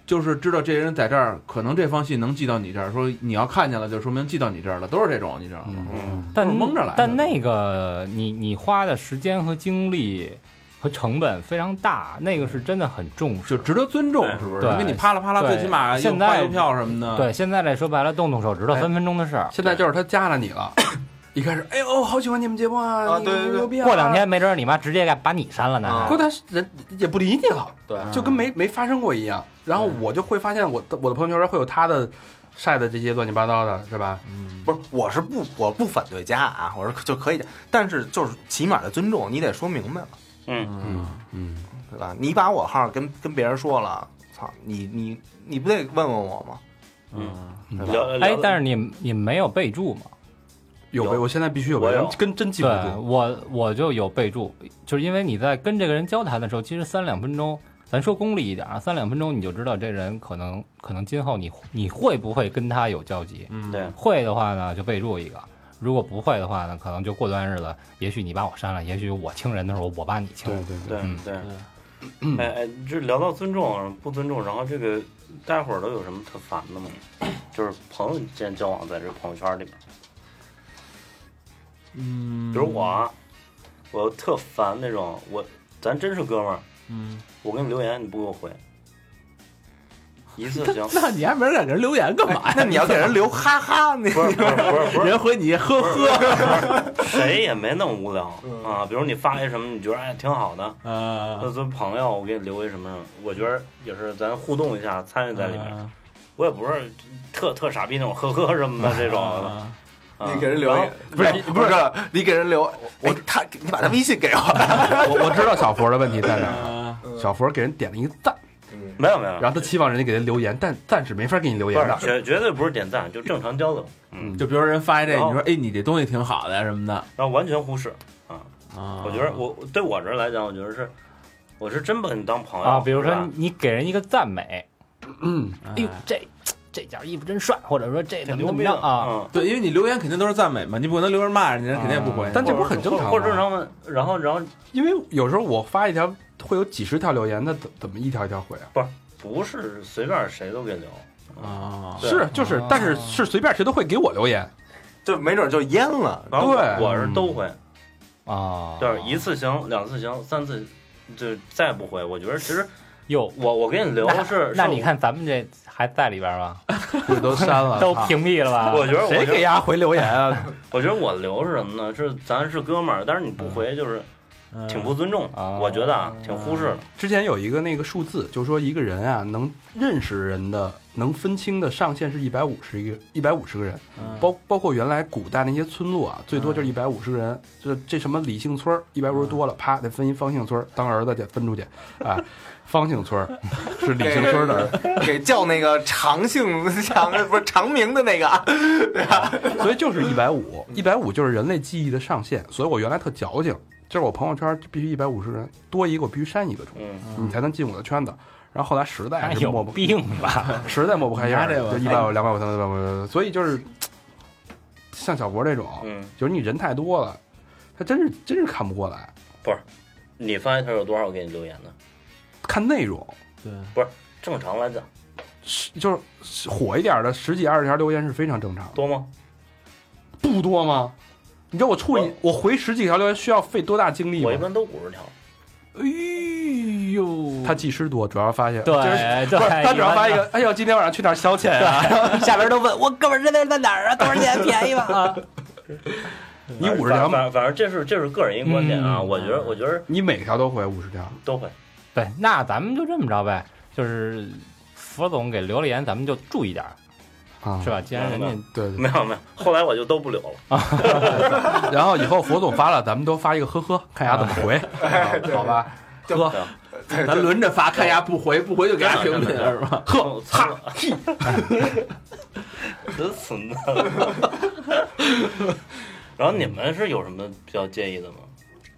[SPEAKER 5] 就是知道这人在这儿，可能这封信能寄到你这儿，说你要看见了，就说明寄到你这儿了，都是这种，你知道吗？
[SPEAKER 3] 嗯，
[SPEAKER 6] 但
[SPEAKER 5] 都是蒙着来的
[SPEAKER 6] 但那个你你花的时间和精力和成本非常大，那个是真的很重视。
[SPEAKER 5] 就值得尊重，
[SPEAKER 3] 对
[SPEAKER 5] 是不是？
[SPEAKER 6] 对
[SPEAKER 5] 你给你啪啦啪啦，
[SPEAKER 6] 对
[SPEAKER 5] 最起码
[SPEAKER 6] 现
[SPEAKER 5] 又发
[SPEAKER 6] 在
[SPEAKER 5] 邮票什么的，
[SPEAKER 6] 对，现在这说白了，动动手指头，
[SPEAKER 2] 哎
[SPEAKER 6] 分分钟的事儿。
[SPEAKER 2] 现在就是他加了你了，一开始哎呦，好喜欢你们节目啊，
[SPEAKER 4] 啊
[SPEAKER 2] 你
[SPEAKER 4] 对对对
[SPEAKER 2] 牛逼啊
[SPEAKER 6] 过两，天没准儿你妈直接给把你删了呢
[SPEAKER 4] 啊。
[SPEAKER 2] 可他是人也不理你了，
[SPEAKER 4] 对
[SPEAKER 2] 就跟没没发生过一样。然后我就会发现我的我的朋友圈会有他的晒的这些乱七八糟的，是吧？
[SPEAKER 4] 不是，我是不，我不反对加啊，我说就可以加，但是就是起码的尊重，你得说明白了，
[SPEAKER 3] 嗯，
[SPEAKER 2] 嗯，
[SPEAKER 4] 对吧？你把我号跟跟别人说了，操，你你你不得问问我吗？对吧？
[SPEAKER 3] 聊
[SPEAKER 6] 哎
[SPEAKER 3] 聊，
[SPEAKER 6] 但是你你没有备注嘛？
[SPEAKER 2] 有呗，
[SPEAKER 3] 有
[SPEAKER 2] 我现在必须有
[SPEAKER 3] 我
[SPEAKER 2] 呗，
[SPEAKER 3] 有
[SPEAKER 2] 人跟真记不
[SPEAKER 6] 对
[SPEAKER 2] 住。
[SPEAKER 6] 我我就有备注，就是因为你在跟这个人交谈的时候，其实三两分钟，咱说功利一点啊，三两分钟你就知道这人可能可能今后你你会不会跟他有交集。
[SPEAKER 5] 嗯，
[SPEAKER 3] 对，
[SPEAKER 6] 会的话呢，就备注一个；如果不会的话呢，可能就过段日子，也许你把我删了，也许我清人的时候我把你清了。
[SPEAKER 2] 对
[SPEAKER 3] 对
[SPEAKER 6] 嗯
[SPEAKER 3] 对，哎哎，这聊到尊重不尊重，然后这个大家伙儿都有什么特烦的吗？就是朋友之间交往，在这朋友圈里面，
[SPEAKER 5] 嗯，
[SPEAKER 3] 比如我，啊，我特烦那种我咱真是哥们儿，
[SPEAKER 5] 嗯，，
[SPEAKER 3] 我给你留言你不给我回，一次行
[SPEAKER 5] *laughs* *laughs* 那你还没人给人留言干嘛呀？
[SPEAKER 4] 那你要给人留哈哈，你
[SPEAKER 3] 不是不是不是不是
[SPEAKER 5] 人回你呵呵，
[SPEAKER 3] 谁也没那么无聊
[SPEAKER 4] 嗯
[SPEAKER 3] 啊。比如你发一什么，你觉得哎挺好的，
[SPEAKER 5] 啊
[SPEAKER 3] 那作为朋友，我给你留一什么什么，我觉得也是咱互动一下，参与在里面。
[SPEAKER 5] 啊
[SPEAKER 3] 我也不是特特傻逼那种呵呵什么的这种的，
[SPEAKER 5] 啊
[SPEAKER 3] 啊
[SPEAKER 4] 你给人留言，不是不是，你给人留，我他你把他微信给我，
[SPEAKER 2] 我我知道小佛的问题在哪儿，
[SPEAKER 5] 啊
[SPEAKER 2] 小佛给人点了一个赞，
[SPEAKER 4] 嗯，
[SPEAKER 3] 没有没有，
[SPEAKER 2] 然后他期望人家给他留言，但暂时没法给你留
[SPEAKER 3] 不
[SPEAKER 2] 言
[SPEAKER 3] 是
[SPEAKER 2] 的。
[SPEAKER 3] 绝绝对不是点赞，就正常交流，嗯，
[SPEAKER 2] 嗯
[SPEAKER 5] 就比如人发一这，你
[SPEAKER 3] 哦
[SPEAKER 5] 说哎，你这东西挺好的呀什么的
[SPEAKER 3] 然后完全忽视。
[SPEAKER 5] 啊，
[SPEAKER 3] 我觉得我对我这儿来讲，我觉得是我是真把你当朋友
[SPEAKER 6] 啊，比如
[SPEAKER 3] 是
[SPEAKER 6] 说
[SPEAKER 3] 吧
[SPEAKER 6] 你给人一个赞美，
[SPEAKER 2] 嗯，
[SPEAKER 5] 哎
[SPEAKER 6] 哎呦这这件衣服真帅，或者说这
[SPEAKER 3] 挺
[SPEAKER 6] 怎么
[SPEAKER 3] 牛
[SPEAKER 6] 怎么
[SPEAKER 3] 逼的
[SPEAKER 6] 样啊，
[SPEAKER 3] 嗯
[SPEAKER 5] 对，因为你留言肯定都是赞美嘛，你不可能留言骂人家，人肯定也不
[SPEAKER 3] *laughs*
[SPEAKER 5] 回。
[SPEAKER 2] 但这不是很正常吗
[SPEAKER 3] 或者正常问，然后然后
[SPEAKER 2] 因为有时候我发一条会有几十条留言，那怎怎么一条一条回啊？
[SPEAKER 3] 不是随便谁都给留，
[SPEAKER 5] 啊，
[SPEAKER 3] 对
[SPEAKER 2] 是就是，但是是随便谁都会给我留言。
[SPEAKER 4] 就没准就淹了。
[SPEAKER 3] 然后我
[SPEAKER 2] 对
[SPEAKER 3] 我是都会，
[SPEAKER 6] 啊，
[SPEAKER 3] 就是一次行、两次行、三次就再不回。我觉得其实
[SPEAKER 6] 哟。
[SPEAKER 3] 我我给你留
[SPEAKER 6] 那
[SPEAKER 3] 是，
[SPEAKER 6] 那
[SPEAKER 3] 是
[SPEAKER 6] 你看咱们这还在里边吧？
[SPEAKER 2] 这 *laughs* 都删了
[SPEAKER 6] 都屏蔽了吧？
[SPEAKER 3] 我，我觉得我
[SPEAKER 2] 谁
[SPEAKER 3] 觉
[SPEAKER 2] 给
[SPEAKER 3] 得
[SPEAKER 2] 丫回留言啊？
[SPEAKER 3] *laughs* 我觉得我留是什么呢？是咱是哥们儿，但是你不回就是
[SPEAKER 5] 嗯
[SPEAKER 3] 挺不尊重
[SPEAKER 6] 啊，
[SPEAKER 3] 我觉得啊挺忽视的。
[SPEAKER 2] 之前有一个那个数字，就说一个人啊，能认识人的、能分清的上限是一百五十一个一百五十个人，
[SPEAKER 5] 嗯
[SPEAKER 2] 包包括原来古代那些村落啊，最多就是
[SPEAKER 5] 嗯
[SPEAKER 2] 一百五十个人。这这什么李姓村一百五十多了，啪得分一方姓村儿，当儿子去分出去啊。方姓村儿是李姓村儿的儿子，
[SPEAKER 4] 给叫那个长姓 *laughs* 长不是长名的那个啊，
[SPEAKER 2] *laughs* 所以就是一百五，一百五就是人类记忆的上限。所以我原来特矫情，就是我朋友圈必须一百五十人，多一个我必须删一个出去，
[SPEAKER 3] 嗯，
[SPEAKER 2] 你才能进我的圈子。然后后来实在
[SPEAKER 6] 他
[SPEAKER 2] 是抹
[SPEAKER 6] 有
[SPEAKER 2] 不，
[SPEAKER 6] 病吧？
[SPEAKER 2] *laughs* 实在抹不开样儿，
[SPEAKER 5] 你还得
[SPEAKER 2] 就一百五、两百五、三百五、两百五，所以就是像小博这种，
[SPEAKER 3] 嗯，
[SPEAKER 2] 就是你人太多了，他真是真是看不过来，
[SPEAKER 3] 你发现他有多少给你留言的？
[SPEAKER 2] 看内容
[SPEAKER 5] 对，
[SPEAKER 3] 正常来讲
[SPEAKER 2] 是就是火一点的十几二十条留言是非常正常的，
[SPEAKER 3] 多吗？
[SPEAKER 2] 不多吗？你知道我处理我回十几条留言需要费多大精力吗
[SPEAKER 3] 我一？般都五十条。
[SPEAKER 6] 哎呦，
[SPEAKER 2] 他技师多，主要发现
[SPEAKER 6] 对
[SPEAKER 2] 就是
[SPEAKER 6] 对
[SPEAKER 2] 不是，他主要发一
[SPEAKER 6] 般
[SPEAKER 2] 个，哎呦，今天晚上去哪儿消遣啊？
[SPEAKER 6] 的，下边都问我哥们儿这在哪儿啊？多少钱便宜吗？
[SPEAKER 2] *laughs*
[SPEAKER 6] 啊，
[SPEAKER 2] 你五十条
[SPEAKER 3] 反反反正这是这是个人一个观点啊。
[SPEAKER 2] 嗯
[SPEAKER 3] 我觉得我觉得
[SPEAKER 2] 你每条都回五十条，
[SPEAKER 3] 都会，
[SPEAKER 6] 对，那咱们就这么着呗，就是佛总给留了言，咱们就注意点儿，
[SPEAKER 2] 啊
[SPEAKER 6] 是？吧？既然人
[SPEAKER 3] 明
[SPEAKER 6] 家
[SPEAKER 2] 对对。
[SPEAKER 3] 没有没有。后来我就都不留了。
[SPEAKER 2] 然后以后佛总发了，咱们都发一个
[SPEAKER 5] *laughs*
[SPEAKER 2] 呵呵，看丫怎么回，啊好吧？呵
[SPEAKER 5] 咱轮着发，看丫不回，不回就给丫屏蔽了是吧？
[SPEAKER 3] 呵，擦，哦 *laughs* 真损的。 *laughs* 然后你们是有什么比较介意的吗？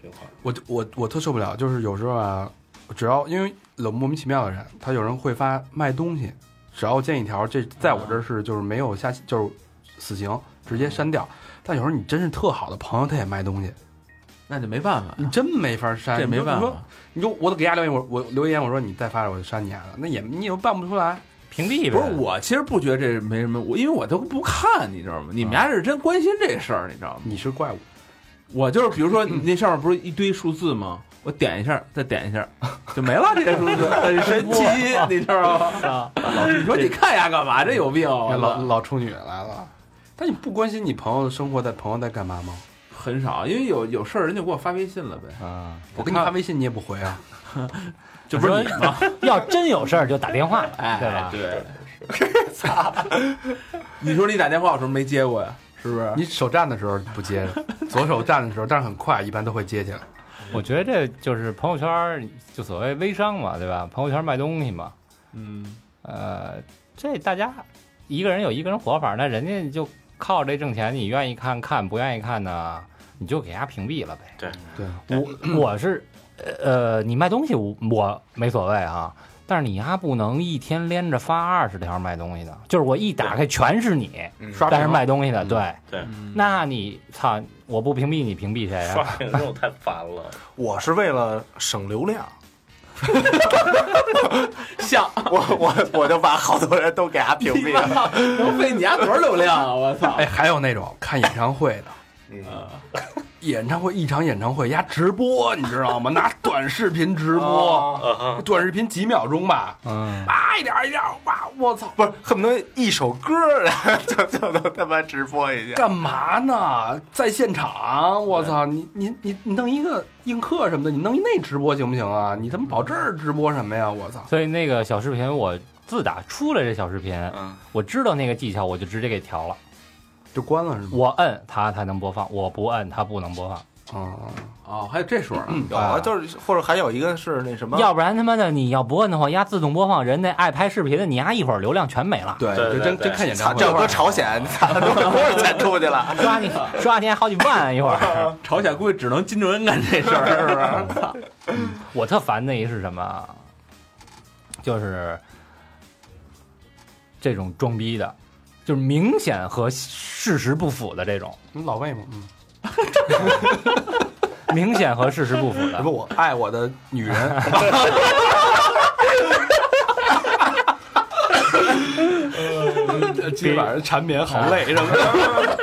[SPEAKER 3] 这块儿
[SPEAKER 2] 我就我我特受不了，就是有时候啊，只要因为有莫名其妙的人，他有人会发卖东西，只要见一条，这在我这儿是就是没有下就是死刑，直接删掉。但有时候你真是特好的朋友，他也卖东西，
[SPEAKER 5] 那就没办法，
[SPEAKER 2] 你真没法删，
[SPEAKER 5] 这没办
[SPEAKER 2] 你说
[SPEAKER 5] 法。
[SPEAKER 2] 你说我给丫留言，我我留言我说你再发我就删你丫啊的，那也你也办不出来。
[SPEAKER 6] 屏蔽
[SPEAKER 5] 不
[SPEAKER 6] 呗。
[SPEAKER 5] 是，我其实不觉得这没什么，我因为我都不看，你知道吗？你们
[SPEAKER 2] 啊
[SPEAKER 5] 家是真关心这事儿，你知道吗？
[SPEAKER 2] 你是怪物，
[SPEAKER 5] 我就是比如说你那上面不是一堆数字 *clears throat* 吗？我点一下，再点一下，就没了这些数字， *laughs* 很神奇，你知道 *laughs* 吗？
[SPEAKER 6] 啊，
[SPEAKER 5] 你说你看呀干嘛？这有 *laughs* 病！
[SPEAKER 2] 你看老老处女来了。但你不关心你朋友的生活在朋友在干嘛吗？
[SPEAKER 5] 很少，因为有有事儿人就给我发微信了呗。
[SPEAKER 6] 啊，
[SPEAKER 2] 我给你发微信你也不回啊，
[SPEAKER 5] 就不是你吗？
[SPEAKER 6] 啊要真有事儿就打电话，
[SPEAKER 5] 哎，
[SPEAKER 6] 对吧？
[SPEAKER 5] 对， *laughs* 操！你说你打电话有时候没接过呀？是不是？
[SPEAKER 2] 你手站的时候不接着，左手站的时候，但是很快一般都会接起来。
[SPEAKER 6] 哎我觉得这就是朋友圈儿，就所谓微商嘛，对吧？朋友圈卖东西嘛，
[SPEAKER 5] 嗯，
[SPEAKER 6] 呃，这大家一个人有一个人活法儿，那人家就靠这挣钱，你愿意看看，不愿意看呢，你就给人家屏蔽了呗。
[SPEAKER 2] 对，
[SPEAKER 6] 我我是，呃，你卖东西我我没所谓啊，但是你丫不能一天连着发二十条卖东西的，就是我一打开全是你，
[SPEAKER 2] 嗯刷
[SPEAKER 6] 但是
[SPEAKER 2] 屏
[SPEAKER 6] 卖东西的，对，
[SPEAKER 3] 对，
[SPEAKER 6] 那你操，我不屏蔽你屏蔽谁啊呀、
[SPEAKER 3] 嗯刷屏这种太烦了。
[SPEAKER 4] 我是为了省流 *laughs* 量，
[SPEAKER 5] 像
[SPEAKER 4] *laughs* 我我我就把好多人都给他屏蔽了。
[SPEAKER 5] 能费你家多少流量啊！我操！
[SPEAKER 2] 哎，还有那种看演唱会的，
[SPEAKER 4] 嗯，
[SPEAKER 2] 演唱会一场演唱会压直播，你知道吗？拿短视频直播，
[SPEAKER 4] 哦
[SPEAKER 3] 啊哈，
[SPEAKER 2] 短视频几秒钟吧，
[SPEAKER 6] 嗯，
[SPEAKER 2] 啊一点一点，哇，我操！
[SPEAKER 4] 不是恨不得一首歌儿 *laughs* 就就能他妈直播一下。
[SPEAKER 2] 干嘛呢？在现场，我操！你你你你弄一个映客什么的，你弄一那直播行不行啊？你他妈跑这儿直播什么呀？我操！
[SPEAKER 6] 所以那个小视频，我自打出了这小视频，
[SPEAKER 3] 嗯，
[SPEAKER 6] 我知道那个技巧，我就直接给调了。
[SPEAKER 2] 就关了是吗？
[SPEAKER 6] 我摁它它能播放，我不摁它不能播放。
[SPEAKER 2] 啊，嗯
[SPEAKER 5] 哦，还有这说呢？
[SPEAKER 4] 有啊，就是或者还有一个是那什么，
[SPEAKER 6] 要不然他妈的你要不摁的话，压自动播放，人那爱拍视频的，你压一会儿流量全没了。
[SPEAKER 2] 对，
[SPEAKER 3] 对
[SPEAKER 2] 这
[SPEAKER 3] 对
[SPEAKER 2] 真
[SPEAKER 3] 对
[SPEAKER 2] 真看演
[SPEAKER 4] 操，
[SPEAKER 2] 唱
[SPEAKER 4] 这要
[SPEAKER 2] 会，
[SPEAKER 4] 搁朝鲜，操，都多少 *laughs* 钱出去了？
[SPEAKER 6] 刷你刷你还好几万一会儿。
[SPEAKER 5] 朝鲜估计只能金正恩干这事 *laughs* 儿，是不是？
[SPEAKER 6] 我特烦的一是什么？就是这种装逼的，就是明显和事实不符的这种，
[SPEAKER 2] 嗯老魏嘛，嗯，
[SPEAKER 6] 明显和事实不符
[SPEAKER 2] 什
[SPEAKER 6] 的
[SPEAKER 2] 么。我爱我的女人，呃 *laughs* 今晚上缠绵好累，什么的，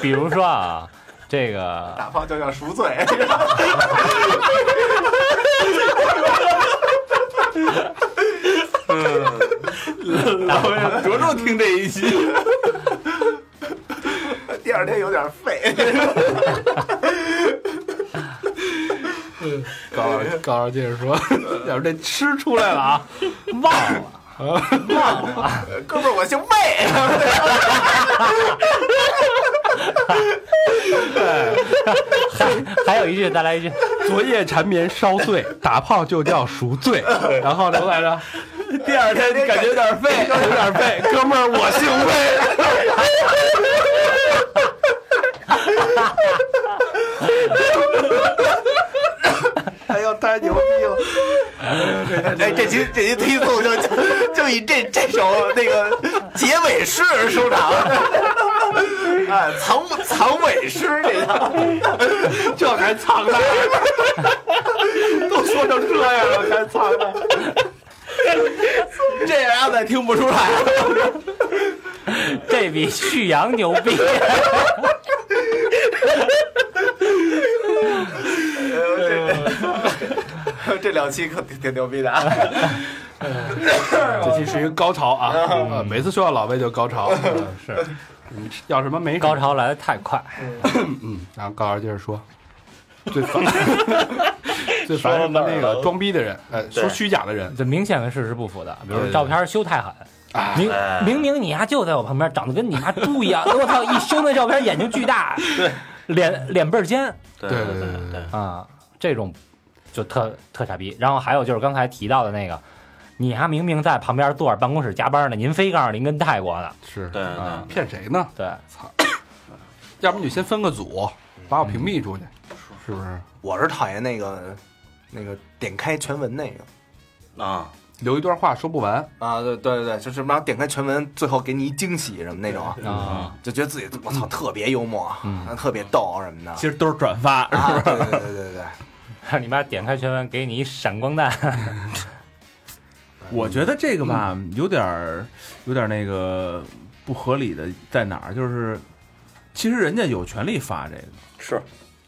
[SPEAKER 6] 比如说啊，这个
[SPEAKER 4] 打炮就叫赎罪，嗯
[SPEAKER 5] 着重听这一期。
[SPEAKER 4] 第二天有点废。
[SPEAKER 2] 高老师高老师接着说， *laughs* 要是这吃出来了啊，
[SPEAKER 6] 忘了，
[SPEAKER 4] 哥们儿，我姓魏，
[SPEAKER 6] 还有一句，再来一句，
[SPEAKER 2] 昨夜缠绵烧醉，打炮就叫赎
[SPEAKER 5] *laughs*
[SPEAKER 2] 罪，然后呢来着，第二天感觉有点废，有点废，哥们儿我姓魏，
[SPEAKER 4] 哎呦，太牛逼了！ *laughs* 哎，这期这期推送就就就以这这首那个结尾诗收场。 *laughs* 哎，藏藏尾诗这个，
[SPEAKER 2] 这还藏着。
[SPEAKER 4] 都 *laughs* 说成这样了，还藏的。
[SPEAKER 5] 这样再听不出来，
[SPEAKER 6] 这比旭阳牛逼。
[SPEAKER 4] *laughs* 这两期可挺挺牛逼的啊！
[SPEAKER 2] 这期是一个高潮啊！呃每次说到老魏就高潮，呃是，嗯要什么没什么
[SPEAKER 6] 高潮来的太快，
[SPEAKER 2] 然后高老师接着说，最烦 *laughs* 最烦是那个装逼的人，呃，说虚假的人，
[SPEAKER 6] 就明显跟事实不符的，比
[SPEAKER 2] 对
[SPEAKER 6] 如
[SPEAKER 2] 啊
[SPEAKER 6] 说
[SPEAKER 2] 对
[SPEAKER 6] 照片修太狠。明
[SPEAKER 3] 哎
[SPEAKER 6] 明明你丫就在我旁边，长得跟你妈
[SPEAKER 2] *laughs*
[SPEAKER 6] 猪一样，我操！一修那照片，眼睛巨大，对，脸脸倍儿尖
[SPEAKER 3] *laughs* 对
[SPEAKER 2] 对
[SPEAKER 3] 对
[SPEAKER 2] 对对
[SPEAKER 3] 对，
[SPEAKER 6] 啊，这种就特特傻逼。然后还有就是刚才提到的那个，你丫明明在旁边坐着办公室加班呢，您非告诉您跟泰国呢，
[SPEAKER 2] 是
[SPEAKER 3] 对
[SPEAKER 2] 啊，骗谁呢？
[SPEAKER 6] 对，
[SPEAKER 2] 要不你先分个组，把我屏蔽出去，是不是？
[SPEAKER 4] 我是讨厌那个那个点开全文那个。
[SPEAKER 3] 啊，
[SPEAKER 2] 留一段话说不完，
[SPEAKER 4] 啊，对对对，就是然后点开全文，最后给你一惊喜什么那种，
[SPEAKER 2] 嗯
[SPEAKER 6] 啊，
[SPEAKER 4] 就觉得自己我操特别幽默，啊特别逗啊什么的。
[SPEAKER 5] 其实都是转发。
[SPEAKER 4] 啊，对对对对对，
[SPEAKER 6] 让 *laughs* 你妈点开全文，给你一闪光弹，
[SPEAKER 5] 我觉得这个吧，有点儿，有点儿那个不合理的在哪儿？就是，其实人家有权利发这个，
[SPEAKER 3] 是